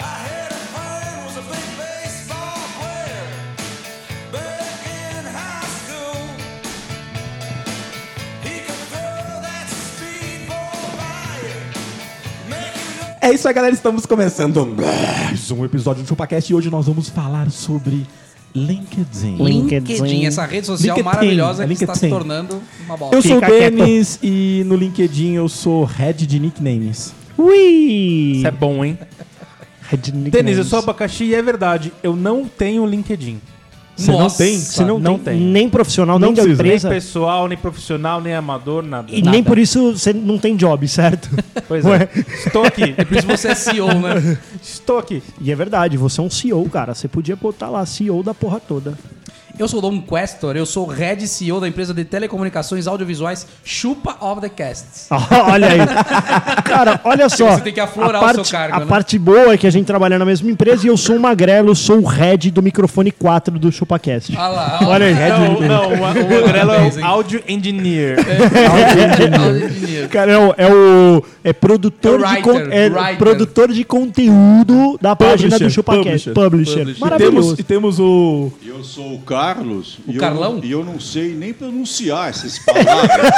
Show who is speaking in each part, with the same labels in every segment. Speaker 1: I heard a friend was a big baseball player back in high school. He could throw that speedball by you, make you look
Speaker 2: É isso aí, galera. Estamos começando mais um episódio do ChupaCast e hoje nós vamos falar sobre LinkedIn.
Speaker 3: LinkedIn, essa rede social
Speaker 2: LinkedIn,
Speaker 3: maravilhosa que está se
Speaker 2: LinkedIn.
Speaker 3: tornando uma bola.
Speaker 2: Eu sou o
Speaker 4: Fica quieto.
Speaker 2: Denis e no LinkedIn eu sou head de nicknames.
Speaker 4: Ui! É
Speaker 5: Isso é bom, hein? Denis, eu sou abacaxi e é verdade, eu não tenho LinkedIn.
Speaker 2: Você não
Speaker 3: Nossa.
Speaker 2: tem?
Speaker 4: Você não,
Speaker 5: Não
Speaker 4: tem.
Speaker 5: tem.
Speaker 4: Nem profissional,
Speaker 5: Não
Speaker 4: nem de
Speaker 5: preciso, nem
Speaker 4: empresa.
Speaker 5: pessoal, nem profissional, nem amador, nada.
Speaker 4: E nem por isso você não tem job, certo?
Speaker 5: Pois é. Estou aqui.
Speaker 3: Por isso você é CEO, né?
Speaker 5: Estou aqui.
Speaker 4: e é verdade, você é um CEO, cara. Você podia botar lá CEO da porra toda.
Speaker 3: Eu sou o Dom Questor, eu sou o Head CEO da empresa de telecomunicações audiovisuais Chupa of the Casts.
Speaker 4: Ah, olha aí. cara, olha só.
Speaker 3: Você tem que aflorar
Speaker 4: a
Speaker 3: o
Speaker 4: parte,
Speaker 3: seu cargo,
Speaker 4: A
Speaker 3: né?
Speaker 4: parte boa é que a gente trabalha na mesma empresa e eu sou um magrelo, sou o head do microfone 4 do ChupaCast.
Speaker 3: Ah lá, ó.
Speaker 4: olha aí, head
Speaker 5: Não, não, o, o Magrelo é
Speaker 3: Parabéns, hein?
Speaker 5: o audio engineer.
Speaker 4: Cara, é o, é o- é produtor,
Speaker 3: É o
Speaker 4: de, con-
Speaker 3: writer,
Speaker 4: é
Speaker 3: writer.
Speaker 4: produtor de conteúdo da página do
Speaker 2: Publisher,
Speaker 4: ChupaCast.
Speaker 2: publisher,
Speaker 4: Publisher.
Speaker 2: E
Speaker 4: Maravilhoso.
Speaker 2: temos- É, E temos o
Speaker 6: Eu sou o Carlos. e eu
Speaker 3: Carlão?
Speaker 6: não- E eu não sei nem pronunciar essas palavras.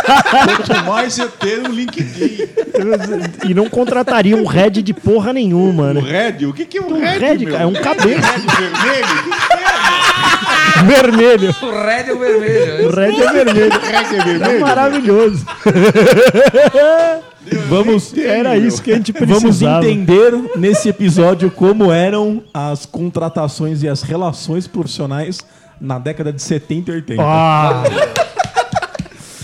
Speaker 6: Quanto mais eu ter um LinkedIn.
Speaker 4: E não contrataria um Red de porra nenhuma,
Speaker 6: O
Speaker 4: né?
Speaker 6: Red, o que, que é um Red?
Speaker 4: Red,
Speaker 6: meu?
Speaker 4: cara, é um cabelo.
Speaker 6: Red vermelho?
Speaker 4: Vermelho.
Speaker 3: O red é o vermelho.
Speaker 4: O Red é vermelho.
Speaker 6: O que Red é
Speaker 4: É
Speaker 6: vermelho?
Speaker 4: maravilhoso.
Speaker 2: vamos
Speaker 4: Era isso que a gente
Speaker 2: vamos
Speaker 4: precisava.
Speaker 2: entender nesse episódio como eram as contratações e as relações profissionais na década de 70 e 80.
Speaker 4: Ah.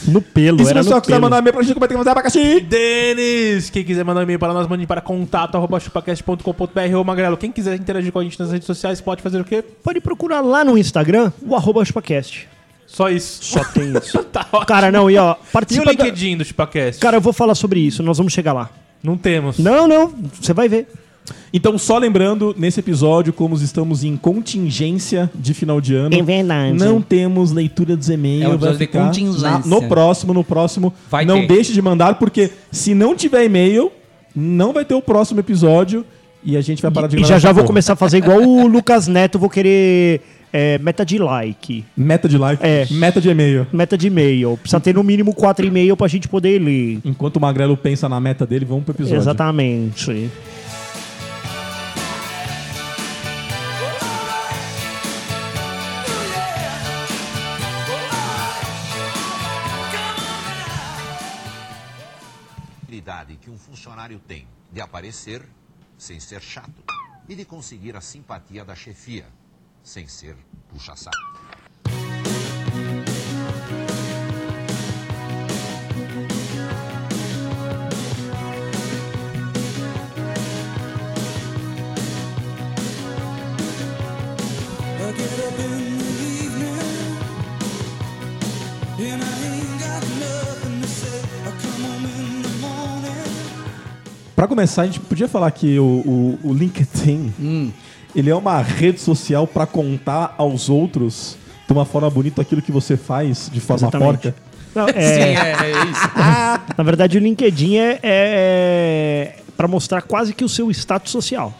Speaker 4: No pelo,
Speaker 2: E se
Speaker 4: era
Speaker 2: você
Speaker 4: no
Speaker 2: quiser
Speaker 5: tá
Speaker 4: pelo.
Speaker 2: mandar e-mail pra gente, como é que mandar abacaxi?
Speaker 5: Denis, quem quiser mandar um e-mail para nós, mande para contato.chupacast.com.br ou Magrelo. Quem quiser interagir com a gente nas redes sociais, pode fazer o quê?
Speaker 4: Pode procurar lá no Instagram, o arroba chupacast.
Speaker 5: Só isso.
Speaker 4: Só tem isso.
Speaker 5: Tá ótimo.
Speaker 4: Cara, não, e ó,
Speaker 5: e o
Speaker 4: participa da...
Speaker 5: LinkedIn do Chupacast?
Speaker 4: Cara, eu vou falar sobre isso, nós vamos chegar lá.
Speaker 5: não temos.
Speaker 4: Não, não, você vai ver.
Speaker 2: Então, só lembrando, nesse episódio, como estamos em contingência de final de ano,
Speaker 4: É verdade.
Speaker 2: não temos leitura dos
Speaker 3: É um
Speaker 2: e-mails. vai
Speaker 3: episódio de
Speaker 2: ficar
Speaker 3: contingência.
Speaker 2: na- no próximo, no próximo.
Speaker 3: Vai
Speaker 2: não
Speaker 3: ter.
Speaker 2: deixe de mandar, porque se não tiver e-mail, não vai ter o próximo episódio e a gente vai parar de é
Speaker 4: E já já vou começar a fazer igual o Lucas Neto, vou querer é, meta de like.
Speaker 2: Meta de like,
Speaker 4: É.
Speaker 2: meta de e-mail.
Speaker 4: Meta de e-mail. Precisa ter no mínimo 4 e-mail pra gente poder ler.
Speaker 2: Enquanto o Magrelo pensa na meta dele, vamos pro episódio.
Speaker 4: Exatamente.
Speaker 7: habilidade que um funcionário tem de aparecer sem ser chato e de conseguir a simpatia da chefia sem ser puxa-saco.
Speaker 1: I get up in the evening and I ain't got nothing to say. I come home in the morning.
Speaker 2: Pra começar, a gente podia falar que o, o- o LinkedIn, ele é uma rede social pra contar aos outros de uma forma bonita aquilo que você faz de forma
Speaker 4: Exatamente.
Speaker 2: porca.
Speaker 4: Não,
Speaker 3: Sim,
Speaker 4: é,
Speaker 3: é, é isso.
Speaker 4: na verdade, o LinkedIn é, é, para mostrar quase que o seu status social.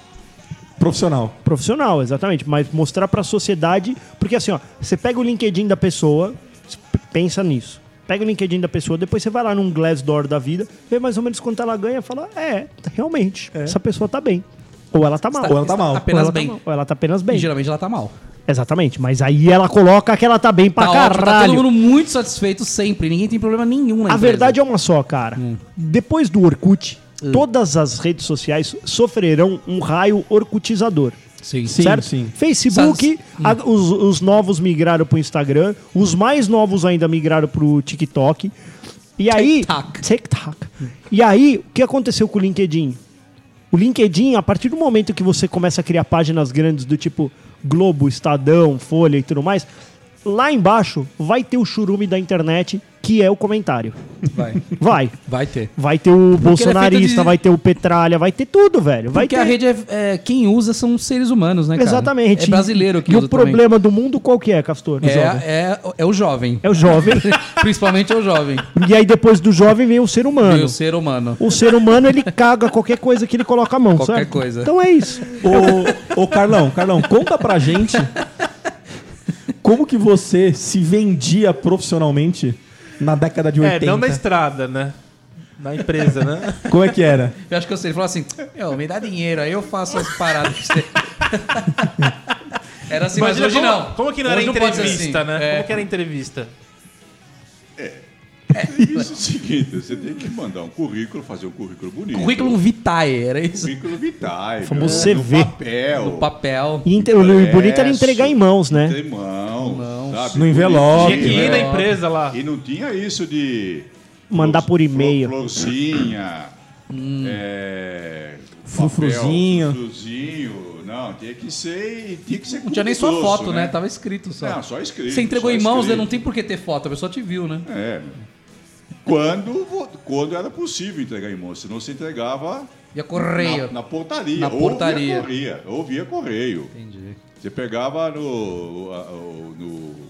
Speaker 2: Profissional.
Speaker 4: Profissional, exatamente. Mas mostrar pra sociedade. Porque assim, ó, você pega o LinkedIn da pessoa, s- p- pensa nisso. Pega o LinkedIn da pessoa, depois você vai lá num Glassdoor da vida, vê mais ou menos quanto ela ganha e fala: é, realmente, essa pessoa tá bem. Ou ela tá mal.
Speaker 2: Ou ela tá mal.
Speaker 3: Apenas
Speaker 4: Ou ela tá
Speaker 3: bem.
Speaker 4: mal. Ou ela tá apenas bem.
Speaker 3: E geralmente ela tá mal.
Speaker 4: Exatamente, mas aí ela coloca que ela tá bem pra
Speaker 3: tá
Speaker 4: caralho.
Speaker 3: ótimo, tá todo mundo muito satisfeito sempre. Ninguém tem problema nenhum na
Speaker 4: A verdade é uma só, cara.
Speaker 3: Hum.
Speaker 4: Depois do Orkut, todas as redes sociais sofrerão um raio orkutizador.
Speaker 3: Sim.
Speaker 2: Sim,
Speaker 4: certo?
Speaker 2: sim.
Speaker 4: Facebook, a- os, os novos migraram pro Instagram, os mais novos ainda migraram pro TikTok. E aí.
Speaker 3: TikTok.
Speaker 4: TikTok. E aí, o que aconteceu com o LinkedIn? O LinkedIn, a partir do momento que você começa a criar páginas grandes do tipo Globo, Estadão, Folha e tudo mais, lá embaixo vai ter o churume da internet, que é o comentário.
Speaker 3: Vai.
Speaker 4: Vai.
Speaker 3: Vai ter.
Speaker 4: Vai ter o
Speaker 3: Porque ele é
Speaker 4: bolsonarista,
Speaker 3: feito de-
Speaker 4: vai ter o Petralha, vai ter tudo, velho. Vai
Speaker 3: Porque
Speaker 4: ter...
Speaker 3: a rede é, é- Quem usa são seres humanos, né, cara?
Speaker 4: Exatamente.
Speaker 3: É brasileiro que
Speaker 4: E
Speaker 3: usa
Speaker 4: o problema do mundo qual que é, Castor? do
Speaker 3: também.
Speaker 4: jovem?
Speaker 3: É, é, é o jovem.
Speaker 4: É o jovem.
Speaker 3: Principalmente é o jovem.
Speaker 4: e aí depois do jovem vem o ser humano.
Speaker 3: E o ser humano.
Speaker 4: O ser humano, ele caga qualquer coisa que ele coloca a mão,
Speaker 3: Qualquer
Speaker 4: certo?
Speaker 3: coisa.
Speaker 4: Então é isso.
Speaker 2: Ô, ô Carlão, Carlão, conta pra gente como que você se vendia profissionalmente na década de
Speaker 5: É,
Speaker 2: 80.
Speaker 5: não na estrada, né? Na empresa, né?
Speaker 2: Como é que era?
Speaker 3: Eu acho que eu sei. Ele falou assim: "Meu, me dá dinheiro, aí eu faço as paradas pra você. Era assim,
Speaker 5: Imagina
Speaker 3: mas hoje
Speaker 5: como,
Speaker 3: não.
Speaker 5: Como que não era
Speaker 3: Hoje pode ser
Speaker 5: entrevista,
Speaker 3: assim.
Speaker 5: né?
Speaker 3: É.
Speaker 5: Como que era entrevista?
Speaker 6: Isso é o seguinte, você tem que mandar um currículo, fazer um currículo bonito. um
Speaker 3: Currículo vitae, era isso?
Speaker 6: Currículo vitae.
Speaker 4: Famoso
Speaker 6: né?
Speaker 4: CV.
Speaker 6: No papel.
Speaker 3: No papel.
Speaker 4: E inter- O
Speaker 6: é
Speaker 4: bonito era
Speaker 6: Impresso.
Speaker 4: entregar em mãos, né?
Speaker 6: Em mãos, sabe?
Speaker 2: No envelope.
Speaker 5: Tinha que ir na
Speaker 6: Bonitinho, né?
Speaker 5: empresa lá.
Speaker 6: E não tinha isso de...
Speaker 4: Mandar por e-mail.
Speaker 6: Flor- Florzinha.
Speaker 3: Hum.
Speaker 6: É,
Speaker 2: Frufruzinho.
Speaker 6: papel, frufruzinho. Não, tinha que ser... e Tinha que ser
Speaker 3: Não tinha nem sua
Speaker 6: cuidadoso,
Speaker 3: foto, né? Tava escrito só.
Speaker 6: Não, só escrito,
Speaker 3: Você entregou
Speaker 6: só
Speaker 3: em mãos, né?
Speaker 6: escrito.
Speaker 3: não tem por que ter foto, a pessoa te viu, né?
Speaker 6: É. Quando, vo- quando era possível entregar em mão, senão se entregava
Speaker 5: É.
Speaker 3: E a correia.
Speaker 6: na, na portaria.
Speaker 3: Na portaria.
Speaker 6: Ou via correia. Ou via correio.
Speaker 3: Entendi.
Speaker 6: Você pegava no, a-
Speaker 3: Hum.
Speaker 6: o- no-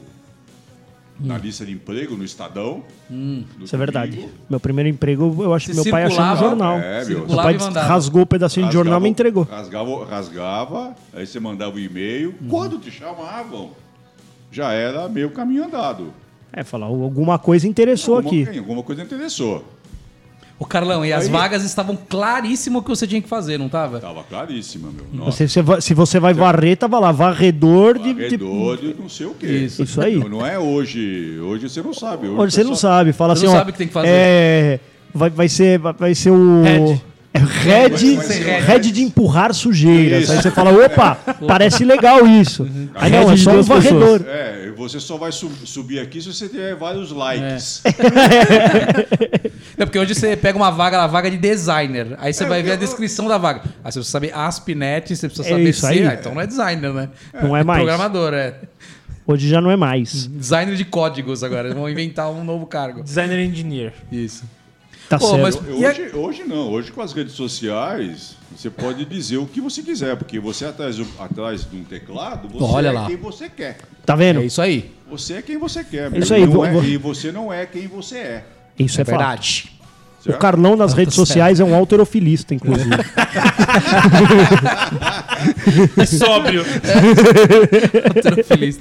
Speaker 6: na lista de emprego, no Estadão.
Speaker 3: Hum.
Speaker 6: no
Speaker 4: Isso é verdade.
Speaker 6: domingo,
Speaker 4: Meu primeiro emprego, eu acho que
Speaker 3: Você
Speaker 4: meu pai achou no
Speaker 3: circulava-
Speaker 4: jornal.
Speaker 6: É, meu.
Speaker 4: Meu
Speaker 3: Circulava
Speaker 4: pai
Speaker 3: e mandava.
Speaker 4: rasgou o pedacinho de jornal e
Speaker 6: rasgava-
Speaker 4: me entregou.
Speaker 6: Rasgava, rasgava, aí você mandava o e-mail.
Speaker 4: Uhum.
Speaker 6: Quando te chamavam, já era meio caminho andado.
Speaker 4: É, falar, alguma coisa interessou aqui.
Speaker 6: Alguma, alguma coisa interessou.
Speaker 3: Ô, Carlão, e as
Speaker 6: Aí-
Speaker 3: vagas estavam claríssimo o que você tinha que fazer, não tava?
Speaker 6: Tava claríssima, meu.
Speaker 4: Você, você va- se você vai varrer, tava lá, varredor de. tipo de-
Speaker 6: Varredor de é não sei o quê.
Speaker 3: Isso.
Speaker 4: Isso aí.
Speaker 6: Não, não é hoje. Hoje você não sabe.
Speaker 4: Hoje você não sabe, fala assim,
Speaker 3: Você não
Speaker 4: ó.
Speaker 3: sabe o que tem que fazer.
Speaker 4: É, vai, vai ser, vai- vai ser o
Speaker 5: Head.
Speaker 4: é, head,
Speaker 6: Vai ser
Speaker 4: head,
Speaker 6: head.
Speaker 4: de empurrar sujeiras.
Speaker 6: Isso.
Speaker 4: Aí você fala, opa, parece legal isso.
Speaker 3: Uhum.
Speaker 4: Aí não, é
Speaker 2: Head de
Speaker 4: só um
Speaker 2: duas pessoas.
Speaker 4: varredor.
Speaker 6: É, você só vai su- subir aqui se você tiver vários likes.
Speaker 3: É porque hoje você pega uma vaga, a vaga é de designer. Aí você
Speaker 6: É,
Speaker 3: vai
Speaker 6: eu-
Speaker 3: ver a descrição da vaga. Aí você precisa saber ASP.NET, você precisa
Speaker 4: É
Speaker 3: saber
Speaker 4: isso aí.
Speaker 3: Ah, então não é Uhum. designer, né?
Speaker 4: Não é mais.
Speaker 3: Programador, é.
Speaker 4: Hoje já não é mais.
Speaker 3: Designer de códigos agora. Eles vão inventar um novo cargo.
Speaker 5: Designer engineer.
Speaker 3: Isso.
Speaker 4: Tá
Speaker 3: Pô,
Speaker 4: certo.
Speaker 3: mas-
Speaker 6: Eu-
Speaker 3: E a-
Speaker 6: Hoje, hoje não. Hoje com as redes sociais você pode dizer o que você quiser, porque você atrás, do- atrás de um teclado você
Speaker 3: Olha
Speaker 6: é
Speaker 3: lá.
Speaker 6: quem você quer.
Speaker 4: Tá vendo?
Speaker 3: É isso aí.
Speaker 6: Você é quem você quer. meu.
Speaker 4: Isso aí,
Speaker 6: E não
Speaker 4: vou-
Speaker 6: é-
Speaker 4: vou-
Speaker 6: E você não é quem você é.
Speaker 4: Isso é, fato.
Speaker 3: Verdade.
Speaker 4: O Carlão
Speaker 3: Tá
Speaker 4: nas redes sociais é um alterofilista, inclusive.
Speaker 6: É
Speaker 5: Sóbrio.
Speaker 3: Tô feliz.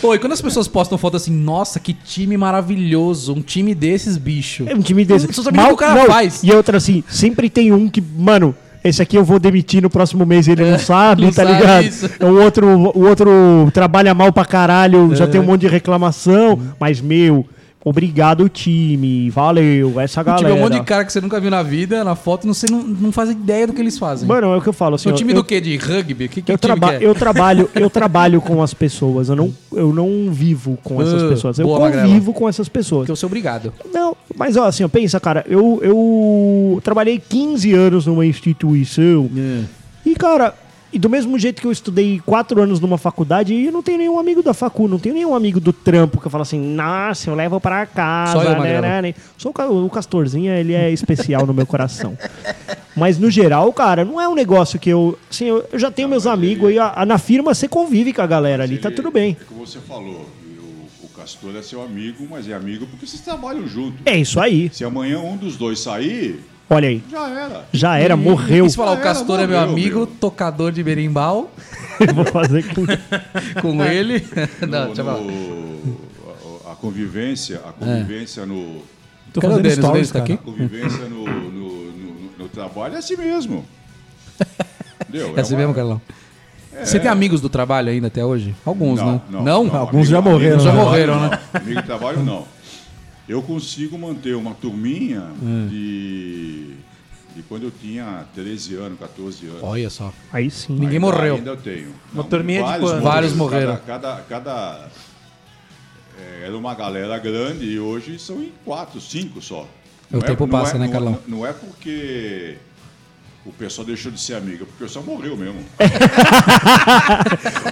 Speaker 3: Pô, e quando as pessoas postam foto assim, nossa, que time maravilhoso, um time desses, bicho. Tipo,
Speaker 4: É um time desse.
Speaker 3: Você sabe nem o que o cara faz.
Speaker 4: E outra assim, sempre tem um que, mano, esse aqui eu vou demitir no próximo mês, ele não sabe,
Speaker 3: É, não
Speaker 4: tá
Speaker 3: sabe
Speaker 4: ligado?
Speaker 3: isso.
Speaker 4: O outro, o outro trabalha mal pra
Speaker 3: É.
Speaker 4: caralho, já tem um monte de reclamação, mas meu, obrigado time, valeu, essa
Speaker 3: Tipo,
Speaker 4: galera.
Speaker 3: é um monte de cara que você nunca viu na vida, na foto, não, você não, não faz ideia do que eles fazem.
Speaker 4: Mano, é o que eu falo assim,
Speaker 3: Seu
Speaker 4: ó,
Speaker 3: time
Speaker 4: eu,
Speaker 3: do quê? De rugby? Que, que
Speaker 4: eu,
Speaker 3: time
Speaker 4: traba
Speaker 3: que é?
Speaker 4: eu trabalho, eu trabalho com as pessoas, eu não, eu não vivo com essas
Speaker 3: Ah,
Speaker 4: pessoas, eu
Speaker 3: boa,
Speaker 4: convivo
Speaker 3: Magrela.
Speaker 4: com essas pessoas.
Speaker 3: Porque eu sou obrigado.
Speaker 4: Não, mas ó, assim, ó, pensa, cara, eu, eu trabalhei 15 anos numa instituição.
Speaker 3: É.
Speaker 4: E, cara, e do mesmo jeito que eu estudei 4 anos numa faculdade, eu não tenho nenhum amigo da facu, não tenho nenhum amigo do trampo que eu falo assim, nossa, eu levo pra casa.
Speaker 3: Só eu,
Speaker 4: né,
Speaker 3: Magrelo.
Speaker 4: né, né. Só o, Ca- o Castorzinho, ele é especial no meu coração. Mas no geral, cara, não é um negócio que eu. Assim, eu eu já tenho meus amigos aí. a- a- na firma você convive com a galera ali, tá
Speaker 6: Ele-
Speaker 4: tudo bem.
Speaker 6: É como você falou, e o, o Castor é seu amigo, mas é amigo porque vocês trabalham junto.
Speaker 4: É isso aí.
Speaker 6: Se amanhã um dos dois sair,
Speaker 4: Olha aí.
Speaker 6: já era.
Speaker 4: Já era, morreu.
Speaker 3: E se falar, o
Speaker 6: Ah,
Speaker 3: Castor
Speaker 6: não,
Speaker 3: é meu
Speaker 6: meu,
Speaker 3: amigo,
Speaker 6: meu.
Speaker 3: tocador de berimbau
Speaker 4: Vou fazer com.
Speaker 3: com ele.
Speaker 6: No-
Speaker 3: Não, tá deixa eu falar.
Speaker 6: no- a, a convivência, a convivência no.
Speaker 2: Tô
Speaker 3: Cadê o
Speaker 2: fazendo
Speaker 3: Denis? O
Speaker 2: stories,
Speaker 3: Denis tá
Speaker 2: cara.
Speaker 3: aqui?
Speaker 6: A convivência no, no- no- no trabalho é assim mesmo. Entendeu?
Speaker 3: É assim
Speaker 6: uma-
Speaker 3: mesmo, Carlão? Você tem amigos do trabalho ainda até hoje? Alguns,
Speaker 6: É. Não,
Speaker 3: né?
Speaker 6: não, não.
Speaker 2: Alguns já
Speaker 6: amigo
Speaker 2: morreram, né?
Speaker 6: de
Speaker 3: Já
Speaker 6: trabalho,
Speaker 3: morreram, né?
Speaker 6: não. Amigo de trabalho, não. Eu consigo manter uma turminha
Speaker 3: É.
Speaker 6: de, de quando eu tinha 13 anos, 14 anos.
Speaker 3: Olha só.
Speaker 4: Aí sim.
Speaker 3: Ninguém
Speaker 6: Ainda-
Speaker 3: morreu.
Speaker 6: Ainda eu tenho.
Speaker 5: Uma turminha de quantos?
Speaker 3: Vários morreram.
Speaker 6: Cada. cada, cada- é, era uma galera grande e hoje são em quatro, cinco só. é-
Speaker 3: O tempo passa, né,
Speaker 6: não
Speaker 3: Carlão?
Speaker 6: Não é porque o pessoal deixou de ser amigo, é porque o pessoal morreu mesmo.
Speaker 3: É.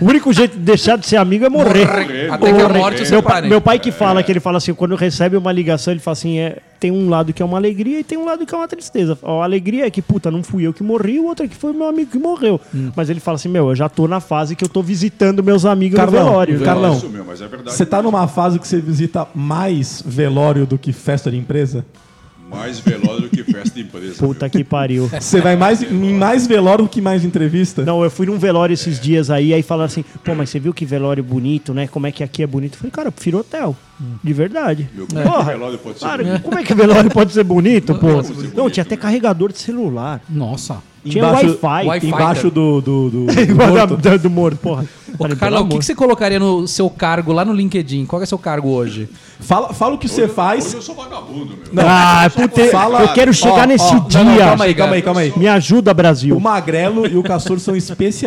Speaker 4: O único jeito de deixar de ser amigo é morrer.
Speaker 6: Morrer,
Speaker 3: Até que a
Speaker 4: Morrer.
Speaker 3: morte os
Speaker 4: meu, pai,
Speaker 3: separe.
Speaker 4: meu pai que fala que ele fala assim, quando recebe uma ligação, ele fala assim, é, tem um lado que é uma alegria e tem um lado que é uma tristeza. A alegria é que, puta, não fui eu que morri, o outro é que foi meu amigo que morreu.
Speaker 3: Hum.
Speaker 4: Mas ele fala assim, meu, eu já tô na fase que eu tô visitando meus amigos
Speaker 2: Carlão,
Speaker 4: no velório.
Speaker 2: Carlão,
Speaker 6: É isso mesmo, mas é verdade.
Speaker 2: Você tá numa fase que você visita mais velório do que festa de empresa?
Speaker 6: Mais veloz do que festa de empresa.
Speaker 4: Puta
Speaker 6: viu?
Speaker 4: que pariu.
Speaker 2: Você vai mais, em mais velório do que mais entrevista?
Speaker 4: Não, eu fui num velório esses dias aí, aí falaram assim, pô, mas você viu que velório bonito, né? Como é que aqui é bonito? Eu falei, cara, eu prefiro hotel.
Speaker 3: Hum.
Speaker 4: De verdade.
Speaker 6: Meu, como é que velório pode ser
Speaker 4: claro,
Speaker 2: né?
Speaker 6: bonito?
Speaker 4: como é que velório pode ser bonito, pô?
Speaker 6: ser bonito,
Speaker 4: Não, tinha até
Speaker 6: né?
Speaker 4: carregador de celular.
Speaker 3: Nossa.
Speaker 4: Tinha
Speaker 2: Embaixo-
Speaker 4: Wi-Fi.
Speaker 3: Wi-Fi.
Speaker 2: Embaixo do. do, do, do
Speaker 4: Da-
Speaker 2: morto.
Speaker 4: da- do morto, porra.
Speaker 3: Ô,
Speaker 4: Falei,
Speaker 3: Carlão,
Speaker 4: pelo
Speaker 3: o que,
Speaker 4: amor.
Speaker 3: que você colocaria no seu cargo lá no LinkedIn? Qual que é seu cargo hoje?
Speaker 2: Fala, fala o que você
Speaker 6: Hoje eu-
Speaker 2: faz.
Speaker 6: Hoje eu sou vagabundo, meu.
Speaker 4: Ah, puta,
Speaker 2: Fala-
Speaker 4: eu quero chegar
Speaker 2: Ó,
Speaker 4: nesse
Speaker 2: ó, não,
Speaker 4: dia.
Speaker 2: não, calma aí, calma aí, calma aí.
Speaker 4: Me ajuda,
Speaker 2: O
Speaker 4: Brasil.
Speaker 2: Magrelo e o Castor são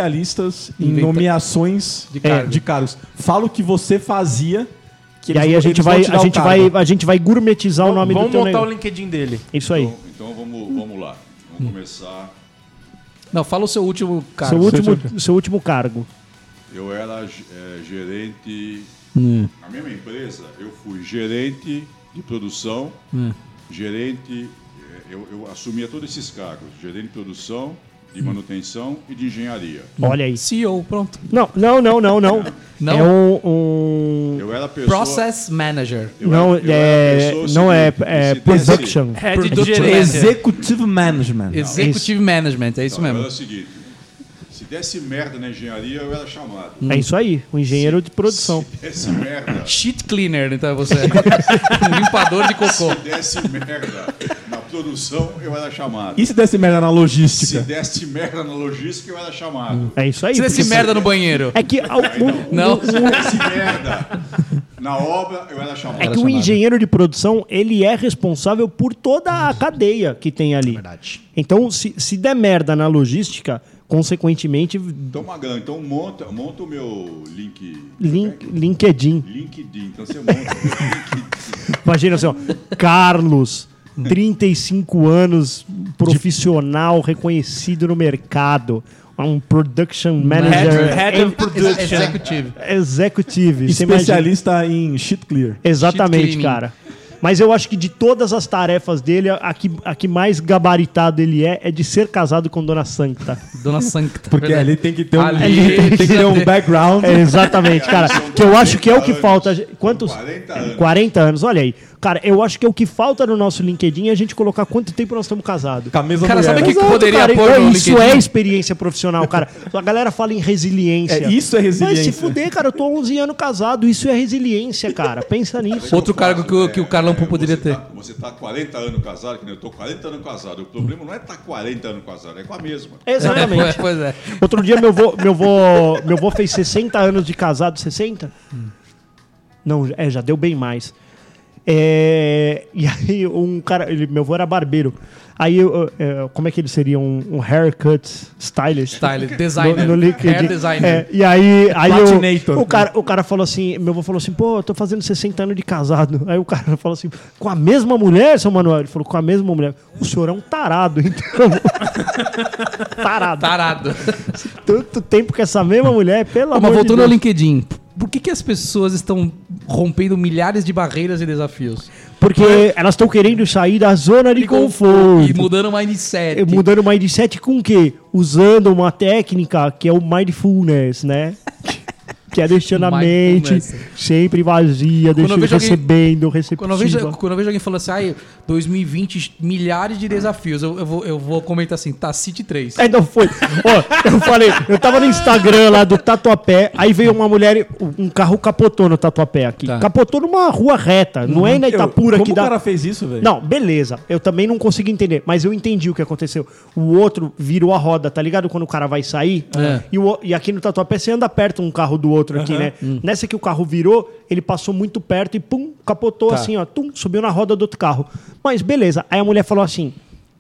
Speaker 2: especialistas em
Speaker 3: Inventa-
Speaker 2: nomeações
Speaker 3: De
Speaker 4: É.
Speaker 2: de,
Speaker 3: cargo.
Speaker 2: de cargos. Fala o que você fazia. Que
Speaker 4: E aí
Speaker 2: eles-
Speaker 4: a gente
Speaker 2: eles vão
Speaker 4: vai,
Speaker 2: te dar
Speaker 4: a
Speaker 2: o
Speaker 4: gente
Speaker 2: cargo.
Speaker 4: vai, a gente vai gourmetizar o nome do
Speaker 5: Vamos
Speaker 4: teu
Speaker 5: montar o
Speaker 4: negócio.
Speaker 5: LinkedIn dele.
Speaker 4: Isso aí.
Speaker 6: Então, então vamos, vamos lá. Vamos começar.
Speaker 3: Não, fala o seu último
Speaker 4: Seu
Speaker 3: cargo.
Speaker 4: último, seu último cargo.
Speaker 6: Eu era eh, gerente.
Speaker 4: Né.
Speaker 6: Na mesma empresa, eu fui gerente de produção,
Speaker 4: Né.
Speaker 6: gerente. eh, Eu, eu assumia todos esses cargos: gerente de produção, de manutenção e de engenharia.
Speaker 2: Hum.
Speaker 4: Olha aí.
Speaker 3: CEO, pronto.
Speaker 4: Não, não, não, não, não.
Speaker 3: Não?
Speaker 4: É um. um-
Speaker 6: Eu era a pessoa.
Speaker 3: Process Manager.
Speaker 6: eu
Speaker 4: não,
Speaker 6: era- eu era a
Speaker 4: é,
Speaker 6: pessoa
Speaker 4: não é,
Speaker 6: seguinte,
Speaker 4: é
Speaker 6: que se desse-
Speaker 4: production.
Speaker 6: É
Speaker 5: Head
Speaker 3: Produto-
Speaker 5: de gerência.
Speaker 2: Executive Management.
Speaker 3: Executive Management, é isso
Speaker 6: Não,
Speaker 3: mesmo.
Speaker 6: Era o seguinte: se desse merda na engenharia, eu era chamado.
Speaker 4: É isso aí, o engenheiro de produção.
Speaker 6: Se desse merda.
Speaker 3: Shit cleaner, então é você. um limpador de cocô.
Speaker 6: Se desse merda na produção, eu era chamado.
Speaker 2: E se desse merda na
Speaker 6: Se
Speaker 2: logística?
Speaker 6: desse merda na logística, eu era chamado.
Speaker 4: É isso aí.
Speaker 3: Se desse
Speaker 4: porque-
Speaker 3: merda no banheiro.
Speaker 4: É que, a- o-
Speaker 3: Não.
Speaker 6: Se desse merda na obra, eu era chamado.
Speaker 4: é que o engenheiro de produção, ele é responsável por toda a cadeia que tem ali.
Speaker 3: Verdade.
Speaker 4: Então, se, se der merda na logística, consequentemente,
Speaker 6: Então, Magrão, então monta, monta o meu link.
Speaker 4: lin- LinkedIn.
Speaker 6: LinkedIn. Então você monta o meu LinkedIn.
Speaker 4: Imagina assim, ó, Carlos, 35 anos, profissional, reconhecido no mercado, um production
Speaker 5: Head-
Speaker 4: manager,
Speaker 5: head of
Speaker 3: É
Speaker 5: production.
Speaker 3: Executive.
Speaker 4: executive. você imagina-
Speaker 2: Especialista em shit clear.
Speaker 4: Exatamente,
Speaker 3: cleaning.
Speaker 4: cara. Mas eu acho que de todas as tarefas dele, a que, a que mais gabaritado ele é, é de ser casado com Dona Santa.
Speaker 3: Dona Sancta.
Speaker 2: Porque
Speaker 3: Verdade.
Speaker 2: ali tem que ter um,
Speaker 3: Ali-
Speaker 2: tem que ter um background.
Speaker 4: É, exatamente, cara. Que eu acho que é o que falta. Quantos?
Speaker 6: 40 anos.
Speaker 4: 40 anos, olha aí. Cara, eu acho que é o que falta no nosso LinkedIn é a gente colocar quanto tempo nós estamos casados.
Speaker 2: Com a mesma
Speaker 3: Cara,
Speaker 2: mulher.
Speaker 3: sabe o que, que
Speaker 4: Exato,
Speaker 3: poderia
Speaker 4: cara,
Speaker 3: pôr no
Speaker 4: Isso
Speaker 3: LinkedIn?
Speaker 4: é experiência profissional, cara. A galera fala em resiliência.
Speaker 2: É, isso é
Speaker 4: Mas
Speaker 2: resiliência.
Speaker 4: se fuder, cara, eu tô 11 anos casado, isso é resiliência, cara. Pensa nisso.
Speaker 3: Outro cargo que o- que o
Speaker 5: um
Speaker 3: Carlão poderia
Speaker 6: você
Speaker 3: ter.
Speaker 6: Tá, você tá 40 anos casado, que nem eu tô 40 anos casado. O problema não é estar tá 40 anos casado, é com a mesma.
Speaker 4: Exatamente.
Speaker 3: Pois é.
Speaker 4: Outro dia meu vô, meu vô, meu vô fez 60 anos de casado, 60? Não, é, já deu bem mais. É, e aí um cara, ele, meu vô era barbeiro. Aí eu, eu, é, como é que ele seria um, um haircut stylist?
Speaker 3: Style, Tá, é designer.
Speaker 4: No, no LinkedIn.
Speaker 3: Hair designer.
Speaker 4: É, e aí, aí
Speaker 2: Platinator.
Speaker 4: o, o, cara, o cara falou assim, meu avô falou assim, pô, eu tô fazendo 60 anos de casado. Aí o cara falou assim, com a mesma mulher, seu Manuel? Ele falou, com a mesma mulher. O senhor é um tarado, então. tarado.
Speaker 3: Tarado.
Speaker 4: Tanto tempo com essa mesma mulher, pelo
Speaker 3: Ô,
Speaker 4: amor
Speaker 3: mas
Speaker 4: de
Speaker 3: voltando ao
Speaker 4: Deus.
Speaker 3: LinkedIn, por que, que as pessoas estão rompendo milhares de barreiras e desafios?
Speaker 4: Porque elas estão querendo sair da zona de
Speaker 3: E
Speaker 4: conforto.
Speaker 3: mudando o mindset.
Speaker 4: E Mudando o mindset com o quê? Usando uma técnica que é o mindfulness, né? Que é deixando a mente
Speaker 3: Mindfulness.
Speaker 4: sempre vazia,
Speaker 3: Quando eu
Speaker 4: deixando,
Speaker 3: vejo alguém-
Speaker 4: recebendo, receptiva.
Speaker 3: Quando eu, vejo, quando eu vejo alguém falando assim, ai, 2020, milhares de desafios, eu, eu vou, eu vou comentar assim, tá, City 3.
Speaker 4: Aí É, não foi. Ó, eu falei, eu tava no Instagram lá do Tatuapé, aí veio uma mulher, e um carro capotou no Tatuapé aqui.
Speaker 3: Tá.
Speaker 4: Capotou numa rua reta, não é na
Speaker 2: Uhum. Eu-
Speaker 4: Itapura
Speaker 2: como
Speaker 4: que
Speaker 2: o
Speaker 4: dá.
Speaker 2: cara fez isso, velho?
Speaker 4: Não, beleza. Eu também não consegui entender, mas eu entendi o que aconteceu. O outro virou a roda, tá ligado? Quando o cara vai sair.
Speaker 3: É.
Speaker 4: E, o o- e aqui no Tatuapé você anda perto um carro do outro aqui, né?
Speaker 2: Hum.
Speaker 4: Nessa que o carro virou, ele passou muito perto e pum, capotou
Speaker 2: Tá.
Speaker 4: assim, ó, tum, subiu na roda do outro carro. Mas beleza. Aí a mulher falou assim,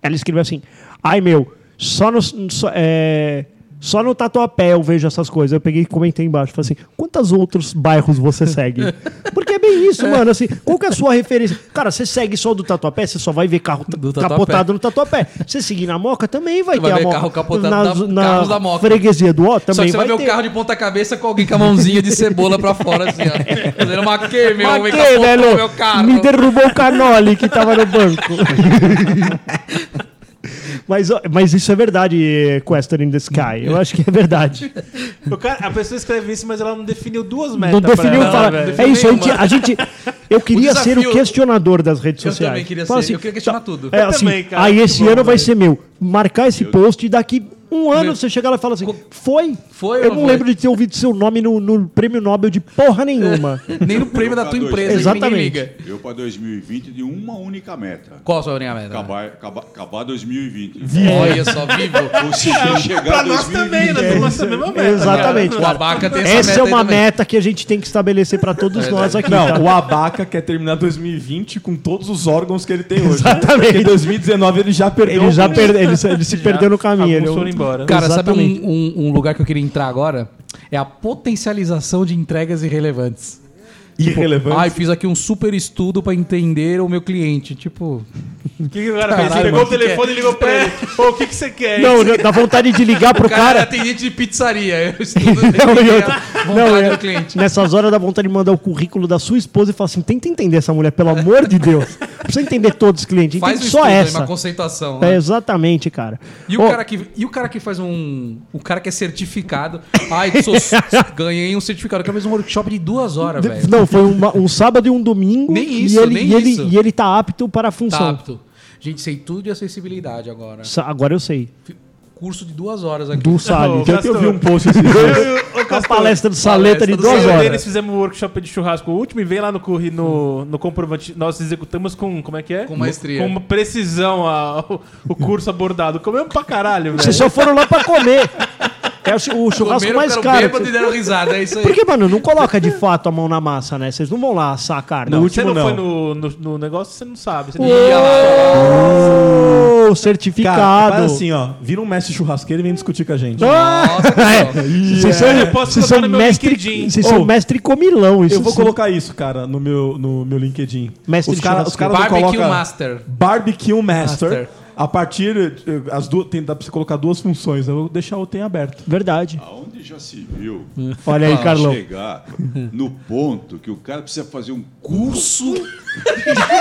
Speaker 4: ela escreveu assim: "Ai meu, só nos só, é, Só no Tatuapé eu vejo essas coisas. Eu peguei e comentei embaixo. Falei assim, quantos outros bairros você segue? Porque é bem isso, mano. Assim, qual que é a sua referência? Cara, você segue só do Tatuapé, você só vai ver carro ta-
Speaker 3: Do Tatuapé.
Speaker 4: capotado no Tatuapé. Você seguir na Moca, também vai
Speaker 3: Você
Speaker 4: ter
Speaker 3: vai
Speaker 4: a
Speaker 3: ver
Speaker 4: Moca.
Speaker 3: carro capotado da-
Speaker 4: na
Speaker 3: carros da Moca.
Speaker 4: freguesia do Ó,
Speaker 3: Só
Speaker 4: também
Speaker 3: que você vai ver
Speaker 4: ter.
Speaker 3: o carro de ponta cabeça com alguém com a mãozinha de cebola pra fora, assim, ó. Fazendo uma que, meu,
Speaker 4: Mas
Speaker 3: homem,
Speaker 4: que,
Speaker 3: capotou
Speaker 4: né, Lô?
Speaker 3: meu carro.
Speaker 4: Me derrubou o canole que tava no banco. mas, ó, mas isso é verdade, eh, Quester in the Sky. Eu acho que é verdade.
Speaker 5: O cara- a pessoa escreve isso, mas ela não definiu duas metas.
Speaker 4: Não
Speaker 3: tá
Speaker 5: pra
Speaker 4: definiu,
Speaker 5: ela,
Speaker 4: fala.
Speaker 5: velho.
Speaker 4: é isso, a gente,
Speaker 3: nenhuma.
Speaker 4: a gente- Eu queria
Speaker 3: O desafio-
Speaker 4: ser o questionador das redes
Speaker 3: Eu
Speaker 4: sociais.
Speaker 3: também queria
Speaker 4: Fala
Speaker 3: ser, eu
Speaker 5: tá-
Speaker 3: queria questionar tudo.
Speaker 4: É,
Speaker 3: Eu
Speaker 4: assim,
Speaker 5: também, cara,
Speaker 4: aí
Speaker 5: muito
Speaker 4: esse
Speaker 5: bom,
Speaker 4: ano vai
Speaker 5: velho.
Speaker 4: ser meu. Marcar esse post e daqui um ano
Speaker 3: Meu-
Speaker 4: você chega lá e fala assim:
Speaker 3: Co-
Speaker 4: Foi?
Speaker 3: Foi
Speaker 4: Eu
Speaker 3: ou não
Speaker 4: não
Speaker 3: foi?
Speaker 4: lembro de ter ouvido seu nome no, no prêmio Nobel de porra nenhuma.
Speaker 3: Nem no prêmio da tua empresa,
Speaker 4: Exatamente.
Speaker 3: que ninguém liga.
Speaker 6: Eu para 2020 de uma única meta.
Speaker 3: Qual a sua linha meta?
Speaker 6: Acabar, acabar, acabar 2020.
Speaker 3: Olha só, vivo.
Speaker 6: Conseguir chegar
Speaker 5: Pra
Speaker 6: a 2020.
Speaker 5: nós também, né? Pra nós também é uma meta.
Speaker 4: Exatamente.
Speaker 3: O Abaca tem essa,
Speaker 4: Essa é
Speaker 3: meta aí
Speaker 4: uma
Speaker 3: também. É
Speaker 4: meta que a gente tem que estabelecer pra todos nós aqui. tá?
Speaker 2: Não, o Abaca quer terminar 2020 com todos os órgãos que ele tem hoje.
Speaker 4: Exatamente.
Speaker 2: Porque em 2019 ele já perdeu. um
Speaker 4: Ele já
Speaker 2: alguns.
Speaker 4: perdeu, ele, se- ele se perdeu no caminho.
Speaker 5: Alguns
Speaker 4: ele-
Speaker 5: foram embora.
Speaker 3: Cara,
Speaker 4: Exatamente.
Speaker 3: sabe um, um- um lugar que eu queria entrar agora? É a potencialização de entregas irrelevantes.
Speaker 2: Irrelevante.
Speaker 3: Ai, fiz aqui um super estudo pra entender o meu cliente. Tipo,
Speaker 5: O que, que o cara fez?
Speaker 3: Caralho,
Speaker 5: Ele pegou
Speaker 3: mano,
Speaker 5: o telefone e ligou
Speaker 3: É.
Speaker 5: pra ele. Ô, o que, que você quer?
Speaker 4: Não, não, dá vontade de ligar pro cara.
Speaker 3: tem gente de pizzaria. Eu estudo
Speaker 4: Não, e outra- não,
Speaker 3: vontade
Speaker 4: é-
Speaker 3: do cliente.
Speaker 4: nessas horas dá vontade de mandar o currículo da sua esposa e falar assim: tenta entender essa mulher, pelo amor de Deus. Não precisa entender todos os clientes,
Speaker 3: Faz
Speaker 4: entende
Speaker 3: um
Speaker 4: só
Speaker 3: estudo aí,
Speaker 4: essa.
Speaker 3: uma conceituação.
Speaker 4: É,
Speaker 3: né?
Speaker 4: exatamente, cara.
Speaker 3: E o,
Speaker 4: Ó,
Speaker 3: cara que, e o cara que faz um. O cara que é certificado. Ai, sou, ganhei um certificado. O cara fez um workshop de duas horas,
Speaker 4: de-
Speaker 3: velho.
Speaker 4: Não, foi uma- um sábado e um domingo.
Speaker 3: Nem
Speaker 4: e
Speaker 3: isso,
Speaker 4: ele,
Speaker 3: nem
Speaker 4: e ele,
Speaker 3: isso.
Speaker 4: E ele tá apto para a
Speaker 3: Tá
Speaker 4: função.
Speaker 3: apto. Gente, sei tudo de acessibilidade agora.
Speaker 4: Sa- Agora eu sei.
Speaker 3: F- Curso de duas horas aqui.
Speaker 4: Do
Speaker 5: Ô,
Speaker 4: Salles.
Speaker 2: Tanto eu vi um post esses dias.
Speaker 4: a palestra do Saleta de
Speaker 3: palestra do
Speaker 4: duas
Speaker 3: Saleta,
Speaker 4: horas.
Speaker 5: Eles fizemos um workshop de churrasco o último e veio lá no curri no, no comprovante. Nós executamos com. Como é que é?
Speaker 3: Com maestria.
Speaker 5: Com precisão a- o, o curso abordado. Comemos pra caralho,
Speaker 4: Vocês
Speaker 5: velho.
Speaker 4: só foram lá pra comer. É o chu- o churrasco
Speaker 3: Comeram,
Speaker 4: mais
Speaker 3: ficaram
Speaker 4: caro.
Speaker 3: bêbados e deram risada. É isso aí.
Speaker 4: Porque, mano, não coloca de fato a mão na massa, né? Vocês não vão lá assar a carne.
Speaker 2: Não,
Speaker 5: Você
Speaker 2: último
Speaker 5: não,
Speaker 2: não.
Speaker 5: foi no, no, no negócio, você não sabe. Você não-
Speaker 3: Ih, olha lá.
Speaker 4: Ô,
Speaker 2: Cara,
Speaker 4: certificado.
Speaker 2: faz assim, ó. Vira um mestre churrasqueiro e vem discutir com a gente.
Speaker 4: É.
Speaker 3: Nossa, pessoal.
Speaker 4: Vocês são,
Speaker 5: Eu posso
Speaker 4: é. vocês
Speaker 5: botar
Speaker 4: são
Speaker 5: no meu
Speaker 4: mestre,
Speaker 5: LinkedIn.
Speaker 4: vocês são
Speaker 2: Ô,
Speaker 4: mestre comilão. Isso
Speaker 2: Eu vou
Speaker 4: sim.
Speaker 2: colocar isso, cara, no meu, no meu LinkedIn.
Speaker 4: Mestre
Speaker 2: os caras os cara não
Speaker 3: Barbecue
Speaker 2: coloca-
Speaker 3: Master.
Speaker 2: Barbecue Master.
Speaker 3: Master.
Speaker 2: A partir. eh, As duas, tem, dá pra você colocar duas funções. Eu vou deixar o tem aberto.
Speaker 4: Verdade.
Speaker 6: Aonde já se viu
Speaker 5: Hum.
Speaker 4: Olha aí,
Speaker 6: pra
Speaker 4: Carlão.
Speaker 6: chegar no ponto que o cara precisa fazer um curso?